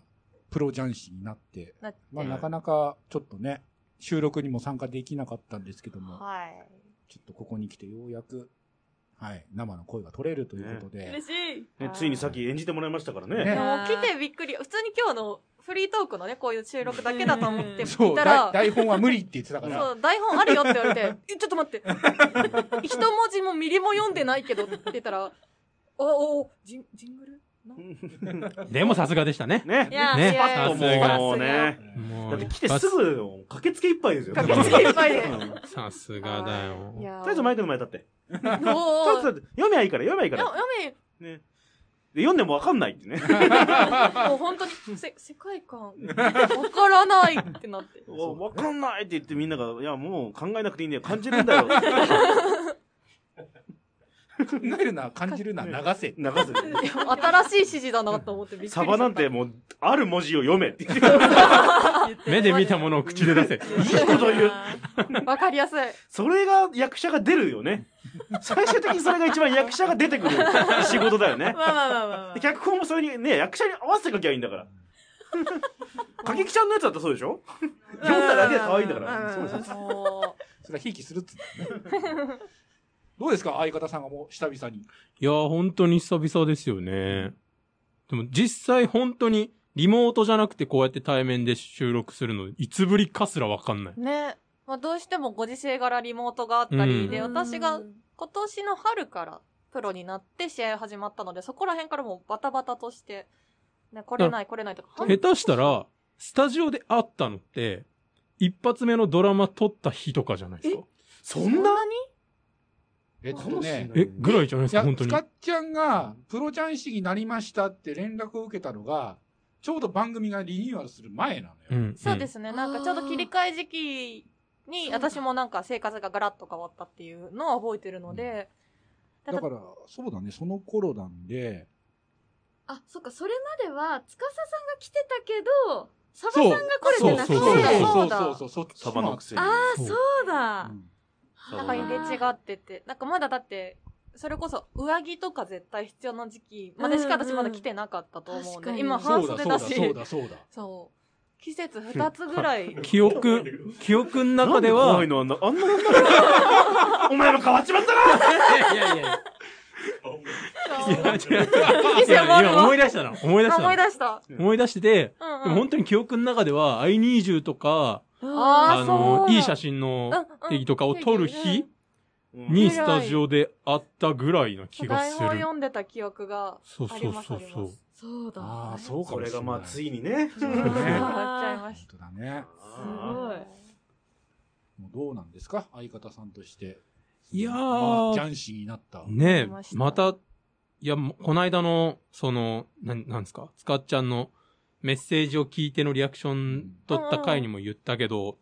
Speaker 3: プロ雀士になって、
Speaker 10: なって
Speaker 3: まあ、なかなかちょっとね収録にも参加できなかったんですけども、
Speaker 10: はい。
Speaker 3: ちょっとここに来てようやくはい、生の声が取れるということで、
Speaker 10: 嬉しい。
Speaker 9: ね、ついにさっき演じてもらいましたからね。
Speaker 10: でも来てびっくり。普通に今日のフリートークのね、こういう収録だけだと思って
Speaker 3: そ
Speaker 10: いうた
Speaker 3: だ
Speaker 10: ら、
Speaker 3: い台本は無理って言ってたから
Speaker 10: そう、台本あるよって言われて、 えちょっと待って。一文字もミリも読んでないけどって言ったら、お お、ジンジングル
Speaker 11: でもさすがでしたね。
Speaker 9: ね
Speaker 10: いやいやいや
Speaker 11: さすが。
Speaker 9: もうね。だって来てすぐ、駆けつけ一杯ですよ。
Speaker 11: 駆けつけ一杯で
Speaker 9: うん
Speaker 11: さす がだよ。
Speaker 10: いや
Speaker 9: とりあえずマイクの前に立って。とりあえ
Speaker 10: おー
Speaker 9: ず立って読めばいいから、読めばいい
Speaker 10: いや
Speaker 9: から。
Speaker 10: やめ、
Speaker 9: ねで読んでもわかんないってね。
Speaker 10: もう本当に、せ、世界観、わからないってな って。
Speaker 9: わわかんないって言ってみんなが、いや、もう考えなくていいんだよ。感じるんだよ。
Speaker 3: 考えるな、感じるな、流せ。
Speaker 9: 流
Speaker 10: いや新しい指示だなと思ってびっくり
Speaker 9: せ。
Speaker 10: し
Speaker 9: サバなんてもう、ある文字を読めって言って。
Speaker 11: 目で見たものを口で出 せ。
Speaker 9: いいこと言う。
Speaker 10: わかりやすい。
Speaker 9: それが役者が出るよ ね。最終的にそれが一番役者が出てくる仕事だよね。
Speaker 10: まあまあまあまあ まあ。
Speaker 9: で脚本もそれにね、役者に合わせて書きゃいいんだ から。歌劇ちゃんのやつだったらそうでしょ読んだだけで可愛いんだから。そうそうそう
Speaker 3: それはひいきするっつって、ね、どうですか相方さんがもう久々に
Speaker 11: いやー、本当に久々ですよね。でも実際本当にリモートじゃなくてこうやって対面で収録するの、いつぶりかすらわかんない。
Speaker 10: ね。まあ、どうしてもご時世柄リモートがあったり、
Speaker 11: うん
Speaker 10: で、私が今年の春からプロになって試合始まったので、そこら辺からもうバタバタとして、ね、来れない来れないとか、
Speaker 11: 下手したら、スタジオで会ったのって、一発目のドラマ撮った日とかじゃないですか。
Speaker 9: そ
Speaker 3: んな
Speaker 10: に
Speaker 3: えっとね
Speaker 11: え、ぐらいじゃないですか、本当
Speaker 3: ス
Speaker 11: に
Speaker 3: カ。ッちゃんがプロ雀士になりましたって連絡を受けたのがちょうど番組がリニューアルする前なのよ、
Speaker 11: うん。
Speaker 10: そうですね。なんかちょうど切り替え時期に、私もなんか生活がガラッと変わったっていうのは覚えてるので、
Speaker 3: だからそうだねその頃なんで
Speaker 12: あ、そっか、それまでは、司さんが来てたけど、サバさんが来れてなくて。
Speaker 3: そう
Speaker 10: だ
Speaker 3: そうそうそうそう
Speaker 9: サバのくせに
Speaker 12: ああ、そうだ。
Speaker 10: なんか入れ違ってて、なんかまだだって、それこそ上着とか絶対必要な時期までしか
Speaker 12: うんうん
Speaker 10: 私まだ来てなかったと思うん
Speaker 12: 確か
Speaker 10: で、
Speaker 12: に
Speaker 10: 今半袖だし、
Speaker 3: そうだそうだそうだそうだ
Speaker 10: そう季節2つぐらい。
Speaker 11: 記憶、記憶の中では。
Speaker 9: なんで怖いのあんな、あん なお前も変わっちまったな
Speaker 11: いやいやいや。いや、違う。
Speaker 10: いいですよ
Speaker 11: いや
Speaker 10: もう
Speaker 11: 今思い出したな。思い出した
Speaker 10: あ
Speaker 11: な。
Speaker 10: 思い出した
Speaker 11: 思い出してて、
Speaker 10: うんうん
Speaker 11: でも本当に記憶の中では、I need you とか、
Speaker 10: あーそうだ
Speaker 11: いい写真の
Speaker 10: うんうん
Speaker 11: 時とかを撮る日にスタジオで会ったぐらいな気が
Speaker 10: 台
Speaker 11: す
Speaker 10: 本
Speaker 11: る。
Speaker 10: 読んでた記憶が
Speaker 11: そう
Speaker 10: あ
Speaker 11: そ
Speaker 10: り
Speaker 11: う
Speaker 10: ます
Speaker 11: そ
Speaker 10: あ
Speaker 11: う
Speaker 10: り
Speaker 11: そう。
Speaker 12: そうだ。
Speaker 3: ああそうかもしれない
Speaker 9: これがまあついにね
Speaker 3: そうだね
Speaker 9: うん
Speaker 3: 本
Speaker 10: 変わっちゃいました
Speaker 3: 当だねもうどうなんですか相方さんとして
Speaker 11: いやー、
Speaker 3: まあ、ジャンシーになった
Speaker 11: ねえ、また、いや、もうこの間の、その、なん、なんですか、つかっちゃんのメッセージを聞いてのリアクション取った回にも言ったけど、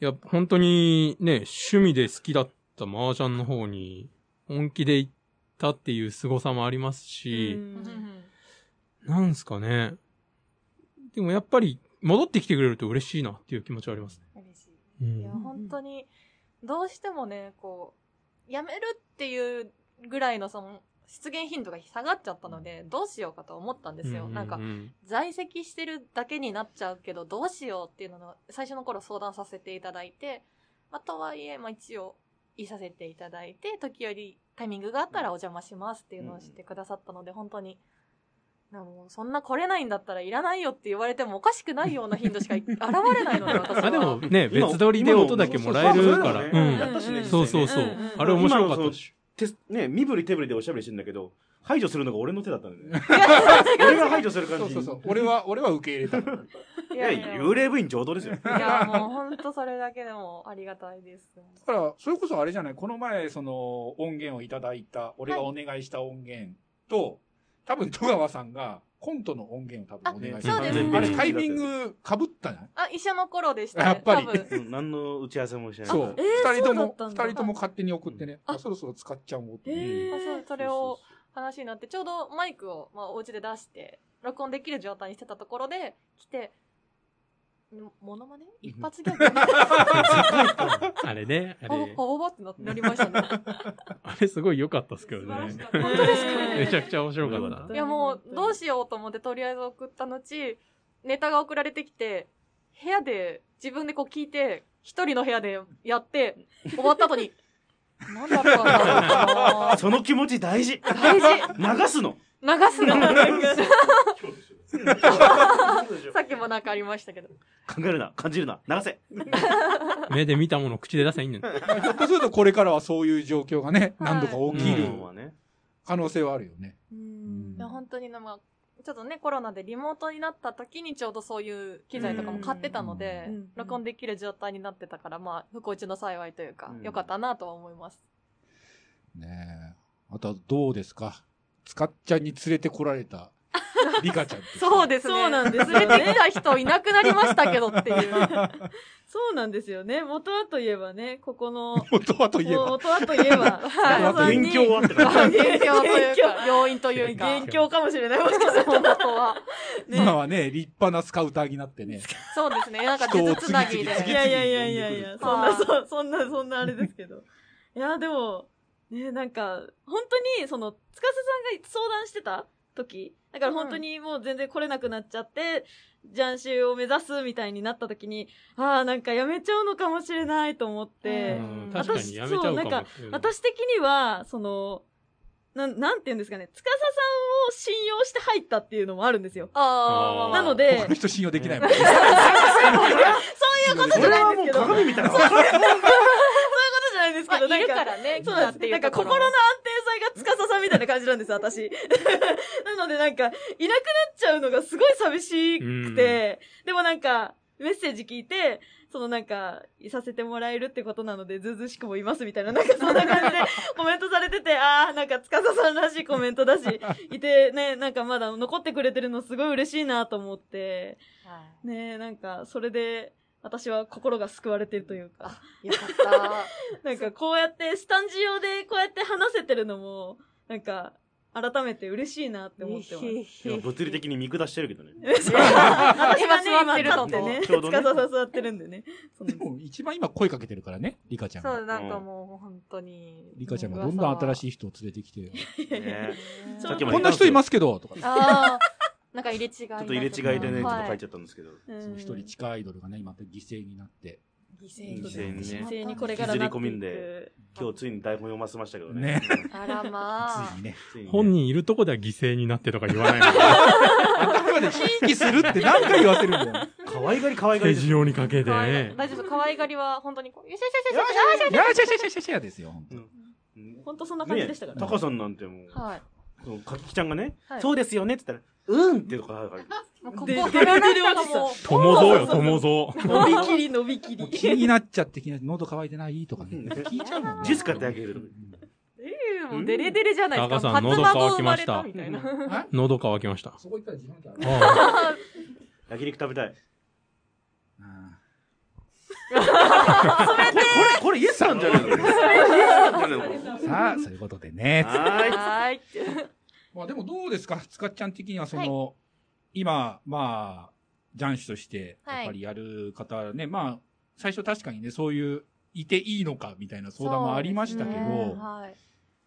Speaker 11: いや、本当にね、趣味で好きだった麻雀の方に、本気で行ったっていう凄さもありますし、なんですかね。でもやっぱり、戻ってきてくれると嬉しいなっていう気持ちはありますね。
Speaker 10: いや、本当に、どうしてもね、こう、やめるっていうぐらいのその、出現頻度が下がっちゃったので、どうしようかと思ったんです
Speaker 12: うん
Speaker 10: よ。
Speaker 12: うんうん
Speaker 10: なんか、在籍してるだけになっちゃうけど、どうしようっていうのの、最初の頃相談させていただいて、まあ、とはいえ、まあ、一応、いさせていただいて、時折、タイミングがあったらお邪魔しますっていうのをしてくださったので、本当に、なもうそんな来れないんだったらいらないよって言われてもおかしくないような頻度しかい現れないので、私は。
Speaker 11: あ、でもね、別撮りで音だけもらえるから。
Speaker 9: 今のやったしね
Speaker 11: うんそうそうそう
Speaker 9: 実際ね。
Speaker 11: あれ面白かったし。
Speaker 9: 今のその手ね、身振り手振りでおしゃべりしてんだけど、排除するのが俺の手だったんだよね。俺が排除する感じ。
Speaker 3: そうそうそう俺は俺は受け入れた
Speaker 9: いや、幽霊部員上等ですよ。
Speaker 10: いや、もう本当それだけでもありがたいです。
Speaker 3: だから、それこそあれじゃない、この前、その、音源をいただいた、俺がお願いした音源と、多分戸川さんが、コントの音源を多分お願いした。
Speaker 10: そうですね
Speaker 3: あれ、タイミング被ったじゃない
Speaker 10: あ、医者の頃でした、ね。
Speaker 3: やっぱり
Speaker 10: 多分。
Speaker 9: うん何の打ち合わせもしない。
Speaker 3: そう。二、人とも、二人とも勝手に送ってね、あそろそろ使っちゃおうって。
Speaker 10: あそうそれを話になって、ちょうどマイクを、まあ、お家で出して、録音できる状態にしてたところで、来て、んモノマネ一発ギャグ
Speaker 11: あれね、あ
Speaker 10: ほぼ
Speaker 11: れ。
Speaker 10: ほぼぼってななりましたね。
Speaker 11: あれすごい良かったっすけどね。
Speaker 10: 本当ですかね
Speaker 11: めちゃくちゃ面白かった。
Speaker 10: いやもう、どうしようと思ってとりあえず送った後、ネタが送られてきて、部屋で自分でこう聞いて、一人の部屋でやって、終わった後に、なんだったんだろう
Speaker 9: その気持ち大事。
Speaker 10: 大事
Speaker 9: 流すの。
Speaker 10: 流すの。 さっきもなんかありましたけど。
Speaker 9: 考えるな、感じるな、流せ。
Speaker 11: 目で見たものを口で出せばいいんだよ。
Speaker 3: ひょっとするとこれからはそういう状況がね、何度か起きる
Speaker 11: うん
Speaker 3: 可能性はあるよね。
Speaker 10: いや本当にね、まあ、ちょっとね、コロナでリモートになった時にちょうどそういう機材とかも買ってたので、録音できる状態になってたから、まあ、不幸中の幸いというか、良かったなとは思います。
Speaker 3: ねえ。あとはどうですかつかっちゃんに連れてこられた、リカちゃん。
Speaker 10: そうですね。
Speaker 2: そうなんです
Speaker 10: 連れてきた人いなくなりましたけどっていう。
Speaker 2: そうなんですよね。元はといえばね、ここの。
Speaker 3: 元はといえば
Speaker 2: 元はといえば。はい
Speaker 10: 勉強はってな
Speaker 2: はい
Speaker 10: 勉強というか
Speaker 2: 勉強
Speaker 10: 要因というか
Speaker 2: 勉強かもしれない。 もしかすると
Speaker 10: 本当は。
Speaker 3: 今はね、立派なスカウターになってね。
Speaker 10: そうですね。なんか、
Speaker 3: 人を
Speaker 10: 術つなぎ
Speaker 3: 次
Speaker 10: で。
Speaker 3: 々次々
Speaker 2: いやいやいやいやいや、 そん
Speaker 10: はい
Speaker 2: な、そ、そんな、そんなあれですけど。いや、でも、ね、なんか、本当に、その、司さんが相談してた時、だから本当にもう全然来れなくなっちゃって、ジャンシュを目指すみたいになった時に、ああ、なんかやめちゃうのかもしれないと思って
Speaker 11: うん、
Speaker 2: 私
Speaker 11: 確かにやめちゃうかも
Speaker 2: そう、なんか
Speaker 11: うん、
Speaker 2: 私的には、その、なん、なんて言うんですかね、司さんを信用して入ったっていうのもあるんですよ。
Speaker 10: あ
Speaker 3: ー
Speaker 2: なので、
Speaker 3: 他の人信用できないもんね。
Speaker 2: そういうことじゃないんですけど。
Speaker 3: これはもう鏡みたいな
Speaker 2: そうそうそういうことじゃないんですけど、
Speaker 10: まあ
Speaker 2: なんか。
Speaker 10: いるからね
Speaker 2: そう
Speaker 10: 来た
Speaker 2: なん
Speaker 10: っ
Speaker 2: で
Speaker 10: て
Speaker 2: す。
Speaker 10: いう
Speaker 2: なんか
Speaker 10: ところも
Speaker 2: 心の安定性が司さんみたいな感じなんです、私。なのでなんか、いなくなっちゃうのがすごい寂しくて、でもなんか、メッセージ聞いて、そのなんか、いさせてもらえるってことなので、ずうずうしくもいますみたいな、なんかそんな感じでコメントされてて、あー、なんか、司さんらしいコメントだし、いて、ね、なんかまだ残ってくれてるのすごい嬉しいなと思って、ねえ、なんか、それで、私は心が救われてるというか。
Speaker 10: よかった。
Speaker 2: なんか、こうやって、スタンジオでこうやって話せてるのも、なんか、改めて嬉しいなって思ってます。
Speaker 9: 今物理的に見下してるけどね。
Speaker 2: 私はね、
Speaker 10: 今座ってる
Speaker 2: 今
Speaker 10: の
Speaker 2: 立ってね、
Speaker 9: ちょうどね
Speaker 2: 司さん座ってるんでね。
Speaker 3: でも一番今声かけてるからね、リカちゃんが。
Speaker 10: そう、なんかもう本当に。
Speaker 3: リカちゃんがどんどん新しい人を連れてきて。
Speaker 9: さっきも
Speaker 3: こんな人いますけど、とか。
Speaker 10: ああ、なんか入れ違い。ちょ
Speaker 9: ちょっと入れ違いでね、ちょっと書いちゃったんですけど。
Speaker 3: その一人地下アイドルがね、今犠牲になって。
Speaker 2: 犠牲に
Speaker 9: 犠牲にね。
Speaker 2: 犠牲にこれから
Speaker 9: 引き
Speaker 2: なっ
Speaker 9: ずり
Speaker 2: ていく
Speaker 9: 込みんで、今日ついに台本読ませましたけどね。
Speaker 11: ね
Speaker 10: あらまあ。
Speaker 9: ついにね
Speaker 11: 本人いるとこでは犠牲になってとか言わないの。
Speaker 3: 頭でひいきするって何回言わせるんだよ。
Speaker 9: 可愛がり可愛がりです
Speaker 11: 手塩にかけて
Speaker 10: 可愛が
Speaker 11: ね
Speaker 10: り。大丈夫、可愛がりは本当にこう、よしよしよしよしよし
Speaker 3: よし
Speaker 10: よし
Speaker 3: よし
Speaker 10: よし
Speaker 3: よ
Speaker 10: よ
Speaker 3: しよ
Speaker 10: し
Speaker 3: しよしやですよ。
Speaker 2: 本当そんな感じでしたから
Speaker 9: タカさんなんてもう、
Speaker 2: はい。
Speaker 9: そのかききちゃんがね
Speaker 2: は、い
Speaker 9: そうですよねって言ったら、うんってとこあるから。
Speaker 10: もうここ、
Speaker 2: で
Speaker 10: ここら辺がもう
Speaker 11: 友蔵よ友
Speaker 2: 蔵伸びきり伸びきり。
Speaker 3: 気になっちゃって気になって、喉乾いてない とかね。聞いちゃうもんね。
Speaker 9: ジュース買ってあげる。
Speaker 10: えーもうデレデレじゃないです
Speaker 11: タ
Speaker 10: か。
Speaker 11: カさん、
Speaker 10: 初
Speaker 11: 喉
Speaker 10: 孫
Speaker 11: 乾
Speaker 10: 生
Speaker 11: き
Speaker 10: ま
Speaker 11: ま
Speaker 10: れ
Speaker 11: した
Speaker 10: みたいな。。
Speaker 11: 喉乾きました。
Speaker 3: そこ行ったら自販機あ
Speaker 11: るあ
Speaker 9: 焼肉食べたい。
Speaker 3: これイエスさんじゃないのさ あ、そういうことでね。
Speaker 10: はーい。
Speaker 3: まあでもどうですかつかっちゃん的にはその、今、まあ、ジャン手として、
Speaker 10: はい
Speaker 3: やっぱりやる方はね、まあ、最初確かにね、そういう、いていいのかみたいな相談もありましたけど、
Speaker 10: そうですねはい。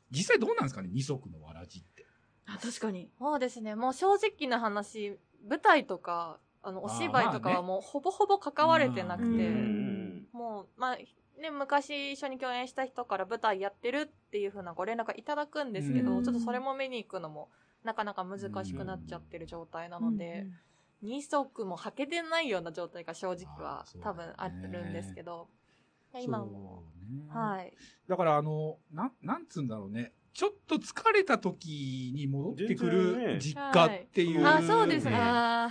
Speaker 3: 実際どうなんですかね二足のわらじって。
Speaker 2: あ確かに。
Speaker 10: そうですね。もう正直な話、舞台とか、あの、お芝居とか
Speaker 2: あま
Speaker 10: は
Speaker 2: あね
Speaker 10: もうほぼほぼ関われてなく
Speaker 2: うんう
Speaker 10: て
Speaker 2: ん、
Speaker 10: もう、まあ、ね、昔一緒に共演した人から舞台やってるっていう風なご連絡いただくんですけ
Speaker 2: う
Speaker 10: ど、
Speaker 2: ん
Speaker 10: ちょっとそれも見に行くのも、なかなか難しくなっちゃってる状態なので、二足も履けてないような状態が正直は多分あるんですけど、いや今も、
Speaker 3: そうね。
Speaker 10: はい。
Speaker 3: だからあの、なん、なんつうんだろうね。ちょっと疲れた時に戻ってく
Speaker 9: 全然ね
Speaker 3: る実家っていう。
Speaker 9: はいあそうですね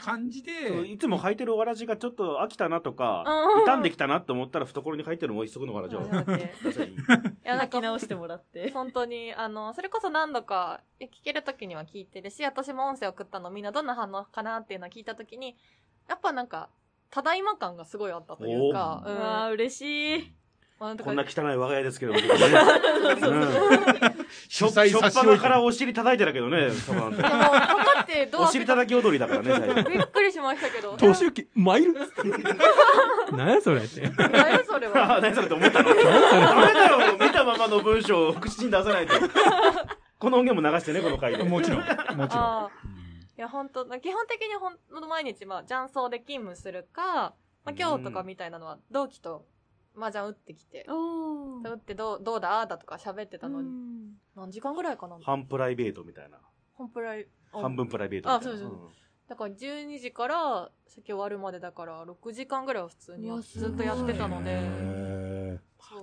Speaker 3: 感じで。
Speaker 9: いつも履いてるわらじがちょっと飽きたなとか
Speaker 2: うん、
Speaker 9: 傷んできたなって思ったら懐に入ってるもう一足のわらじを。
Speaker 10: いや、なん
Speaker 2: 書
Speaker 10: か
Speaker 2: き直してもらって。
Speaker 10: 本当に、あの、それこそ何度かいや聞けるときには聞いてるし、私も音声送ったのみんなどんな反応かなっていうのは聞いたときに、やっぱなんか、ただいま感がすごいあったというか、
Speaker 9: お
Speaker 10: う
Speaker 9: ー
Speaker 10: ん
Speaker 2: うわあ、嬉しい。
Speaker 10: まあだか
Speaker 9: こ
Speaker 10: ら
Speaker 9: んな汚い我が家ですけども。し
Speaker 3: 主
Speaker 9: ょっぱ
Speaker 3: 催差し置
Speaker 9: ないからお尻叩いてたけどね、サバなんて
Speaker 10: でも、パカってド
Speaker 9: お
Speaker 10: ア
Speaker 9: 尻叩き踊りだからね、最
Speaker 10: 開
Speaker 9: 初
Speaker 10: け。びっくりしましたけど。
Speaker 11: 投手機、参る 何やそれって。
Speaker 10: 何やそれ は。
Speaker 9: あ何それって思ったのダメだよ、見たままの文章を口に出さないと。この音源も流してね、この回で。
Speaker 3: もちろん。もちろん。
Speaker 10: あーいや、本当基本的にほん、毎日、まあ、雀荘で勤務するか、まあ、今日とかみたいなのは、同期と、麻雀打ってきて、打ってどう、どうだ、ああだとか喋ってたのに、何時間ぐらいかな
Speaker 9: 半プライベートみたいな。
Speaker 10: 半プライあ
Speaker 9: 半分プライベートみ
Speaker 10: あ
Speaker 9: た
Speaker 10: そ
Speaker 9: いうな
Speaker 10: そう、
Speaker 9: うん
Speaker 10: だから12時から酒終わるまでだから6時間ぐらいは普通にやっずっとやってたのでそう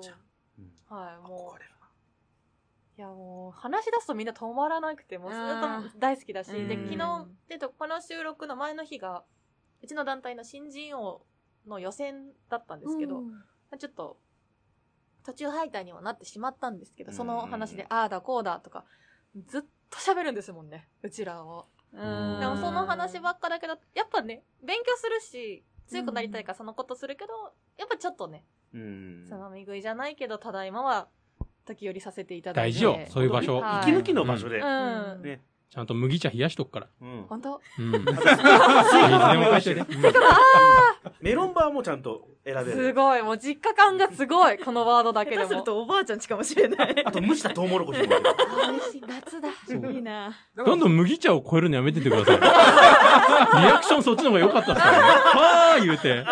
Speaker 10: はいもういやもう話し出すとみんな止まらなくてもうず
Speaker 2: あ
Speaker 10: っと大好きだし
Speaker 2: うん
Speaker 10: で昨日でとこの収録の前の日がうちの団体の新人王の予選だったんですけど、
Speaker 2: うん
Speaker 10: まあちょっと途中敗退にはなってしまったんですけどその話
Speaker 2: う
Speaker 10: でああだこうだとかずっと喋るんですもんねうちらを。
Speaker 2: うん
Speaker 10: でもその話ばっかだけど、やっぱね、勉強するし、強くなりたいからそのことするけど、やっぱちょっとね、
Speaker 9: うん
Speaker 10: つまみ食いじゃないけど、ただいまは、時折させていただい
Speaker 11: 大
Speaker 10: て。
Speaker 11: 事よ、そういう場所。
Speaker 10: はいうん。
Speaker 11: ね。ちゃんと麦茶冷やしとくから。
Speaker 10: 本当
Speaker 11: うん。
Speaker 9: 水分
Speaker 11: 水でも
Speaker 9: 返
Speaker 11: 返
Speaker 9: し
Speaker 11: してて
Speaker 9: ね
Speaker 11: ね。
Speaker 9: メロンバーもちゃんと選べ
Speaker 10: す
Speaker 9: る。
Speaker 10: ごい、もう実家感がすごい、このワードだけでも。
Speaker 2: 下手する
Speaker 10: とおばあちゃんちかもしれない。
Speaker 9: あと蒸したトウモロコシも。
Speaker 10: しい、夏だ。いいな。
Speaker 11: どんどん麦茶を超えるのやめてってく ださい。リアクションそっちの方が良かったっすからね。はー言うて。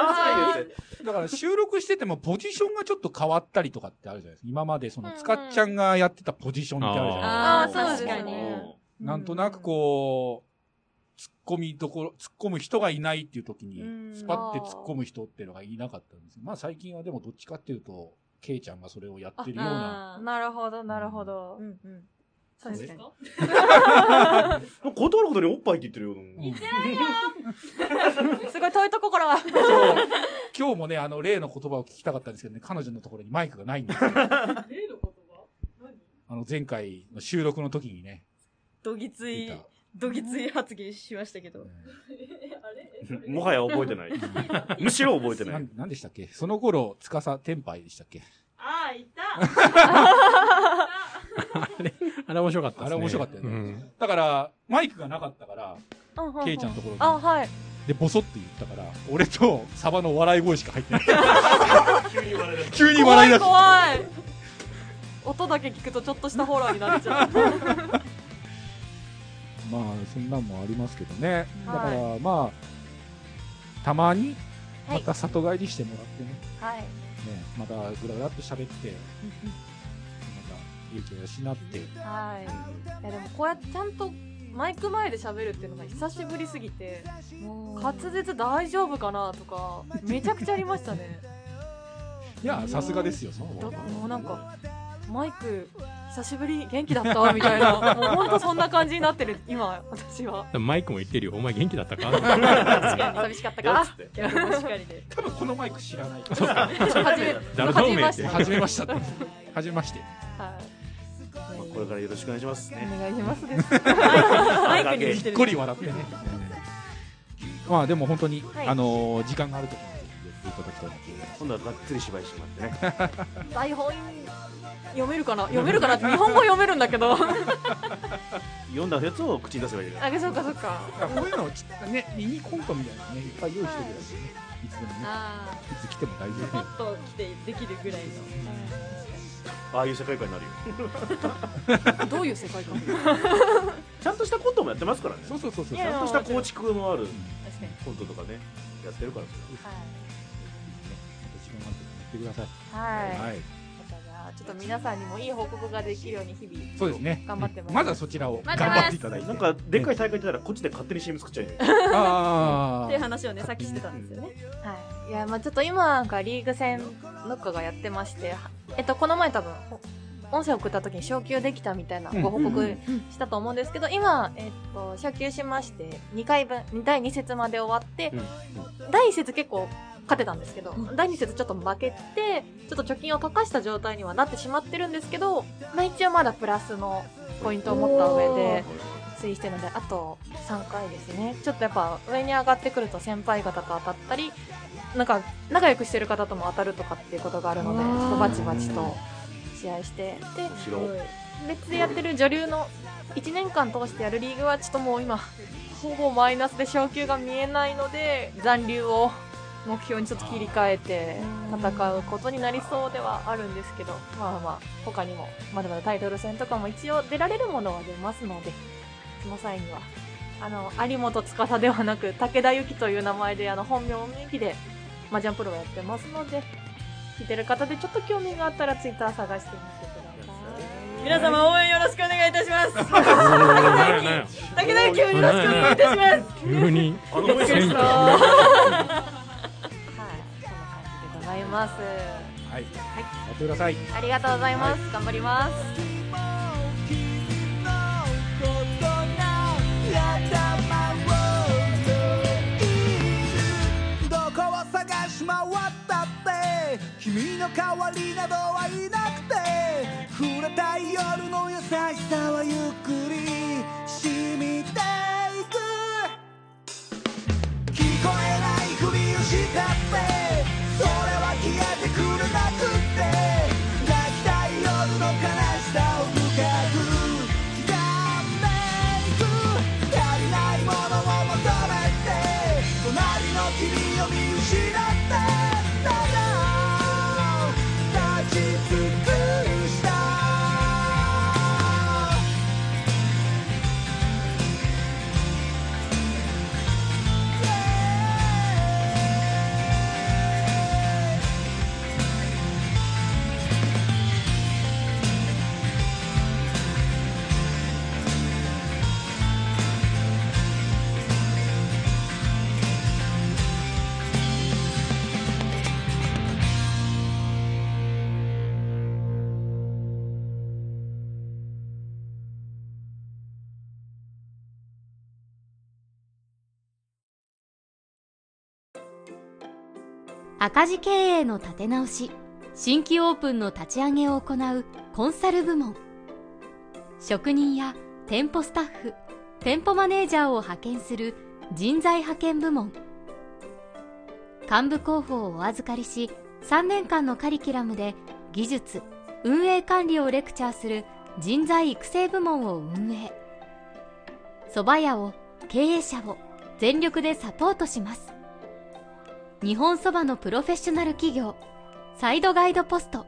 Speaker 3: だから収録しててもポジションがちょっと変わったりとかってあるじゃないですか。今までその、つかっちゃんがやってたポジションってあるじゃないですか。
Speaker 2: あーあー確かに
Speaker 3: うんなんとなくこう、突っ込みどころ、突っ込む人がいないっていう時
Speaker 2: うん
Speaker 3: に、スパッて突っ込む人っていうのがいなかったんですよまあ最近はでもどっちかっていうと、ケイちゃんがそれをやってるような。
Speaker 10: あなるほど、なるほど。うん
Speaker 2: うん。
Speaker 10: そうですね。
Speaker 9: 断ることにおっぱいって言ってるよ。
Speaker 10: すごい遠いとこからは。
Speaker 3: 今日もね、あの、例の言葉を聞きたかったんですけどね、彼女のところにマイクがないんですよ。 例の言葉あの、前回の収録の時にね、
Speaker 2: どぎつい、どぎつい発言しましたけど。
Speaker 9: もはや覚えてない。むしろ覚えてない。
Speaker 3: 何でしたっけその頃、つかさ、天杯でしたっけ
Speaker 2: ああ、いた
Speaker 11: あれ面白かった
Speaker 3: あれ面白かったよね。
Speaker 11: うん
Speaker 3: だから、マイクがなかったから、
Speaker 10: うん
Speaker 3: ケイちゃんのところに
Speaker 10: あ、はい。
Speaker 3: で、ボソって言ったから、俺とサバの笑い声しか入ってない。 急に
Speaker 10: 怖
Speaker 3: 笑い
Speaker 10: い
Speaker 3: 出す。
Speaker 10: 怖い音だけ聞くとちょっとしたホラーになっちゃう
Speaker 3: まあ、そんなんもありますけどね。だから、
Speaker 10: は
Speaker 3: まあ、たまに、
Speaker 10: は
Speaker 3: ま
Speaker 10: い
Speaker 3: た里帰りしてもらってね、
Speaker 10: はい
Speaker 3: ねまたぐらぐらっと喋って、また勇気を養って、
Speaker 10: はいいやでもこうやってちゃんとマイク前で喋るっていうのが久しぶりすぎて滑舌大丈夫かなとかめちゃくちゃありましたね
Speaker 3: いや、さすがですよ、その
Speaker 10: だもうなんかマイク久しぶり元気だったみたいなもうほんとそんな感じになってる今私は
Speaker 11: でもマイクも言ってるよ。お前元気だったか
Speaker 10: 確かに寂しかったか
Speaker 11: って
Speaker 10: 逆もしかりで
Speaker 3: 多分このマイク知らない。
Speaker 11: そ うか
Speaker 10: はじめ
Speaker 11: 誰だおめえっ
Speaker 10: はじめまし
Speaker 11: て
Speaker 10: て
Speaker 3: はじめましたって。はじめまして。
Speaker 10: はい
Speaker 9: これからよろしくお願いしますね。
Speaker 10: お願いしますです
Speaker 9: マ
Speaker 10: マ
Speaker 9: イ
Speaker 10: イ
Speaker 9: ク
Speaker 10: ク
Speaker 9: に
Speaker 10: に
Speaker 9: 似
Speaker 10: 似てる
Speaker 3: に
Speaker 9: てる
Speaker 3: っこり笑ってね。まあでも本当に、
Speaker 10: はい
Speaker 3: あのー時間があるときにぜひやっていただきたいなと思います。
Speaker 9: 今度はがっつり芝居してもらってね。
Speaker 10: 台本読めるかな読めるかなって日本語読めるんだけ ど
Speaker 9: 読んだやつを口に出せばいいから。
Speaker 10: あそうかそうか
Speaker 3: こういうのをちょっとね、ミニコントみたいなのね、いっぱい用意してるやつね。いつでもね、
Speaker 2: あ
Speaker 3: いつ来ても大丈
Speaker 2: あ、もっと来てできるぐらいの。
Speaker 9: ああいう世界観になるよ。
Speaker 10: どういう世界観
Speaker 9: ちゃんとしたコントもやってますからね。
Speaker 3: そうそうそう
Speaker 10: そう
Speaker 9: ちゃんとした構築もある
Speaker 10: 確かに
Speaker 9: コントとかね、やってるから。
Speaker 3: 夫。時間があるときにやってくださ
Speaker 10: はい
Speaker 3: い。はい。
Speaker 10: ちょっと皆さんにもいい報告ができるように日々
Speaker 3: そうですね。
Speaker 10: 頑張ってます
Speaker 3: まずはそちらを
Speaker 10: ま
Speaker 3: 頑
Speaker 10: ずは
Speaker 3: 張っていただいて。
Speaker 9: なんかでっかい大会出たらこっちで勝手に CM 作っちゃえ。
Speaker 3: あ
Speaker 2: っていう話をね、さっきしてたんですよね。
Speaker 10: はい、いやまあちょっと今なんかリーグ戦ノックがやってまして、はえっと、この前多分ほ音声送った時に昇級できたみたいなご報
Speaker 2: うんうん
Speaker 10: 告したと思うんですけど、今、えっと、昇級しまして2回分第2節まで終わって、第1節結構勝てたんですけど、第2節ちょっと負けてちょっと貯金をかかした状態にはなってしまってるんですけど、まあ、一応まだプラスのポイントを持った上で推移してるのであと3回ですねちょっとやっぱ上に上がってくると先輩方と当たったりなんか仲良くしてる方とも当たるとかっていうことがあるのでちょっとバチバチと試合してで別でやってる女流の1年間通してやるリーグはちょっともう今ほぼマイナスで昇級が見えないので残留を目標にちょっと切り替えて戦うことになりそうではあるんですけどまあまあ他にもまだまだタイトル戦とかも一応出られるものは出ますのでその際にはあの有本司ではなく武田由紀という名前であの本名名義でマジャンプロをやってますので聞いてる方でちょっと興味があったらツイッター探してみてください。
Speaker 13: 皆様応援よろしくお願いいたします。
Speaker 11: 何や何や
Speaker 13: 武田急よろしくお願いいたします。
Speaker 11: 急に
Speaker 13: あのびっくりした
Speaker 11: 選挙
Speaker 10: ございます。
Speaker 3: はい、やってください
Speaker 10: ありがとうございます。頑張ります。
Speaker 1: どこを探し回ったって君の代わりなどはいなくて触れたい夜の優しさはゆっくり染みていく聞こえないふりをしたってそれは消えてくれなくって泣きたい夜の悲しさを深く刻んでいく足りないものを求めて隣の君を見失ってただ立ち尽くした
Speaker 14: 赤字経営の立て直し新規オープンの立ち上げを行うコンサル部門職人や店舗スタッフ店舗マネージャーを派遣する人材派遣部門幹部候補をお預かりし3年間のカリキュラムで技術運営管理をレクチャーする人材育成部門を運営蕎麦屋を経営者を全力でサポートします日本そばのプロフェッショナル企業サイドガイドポスト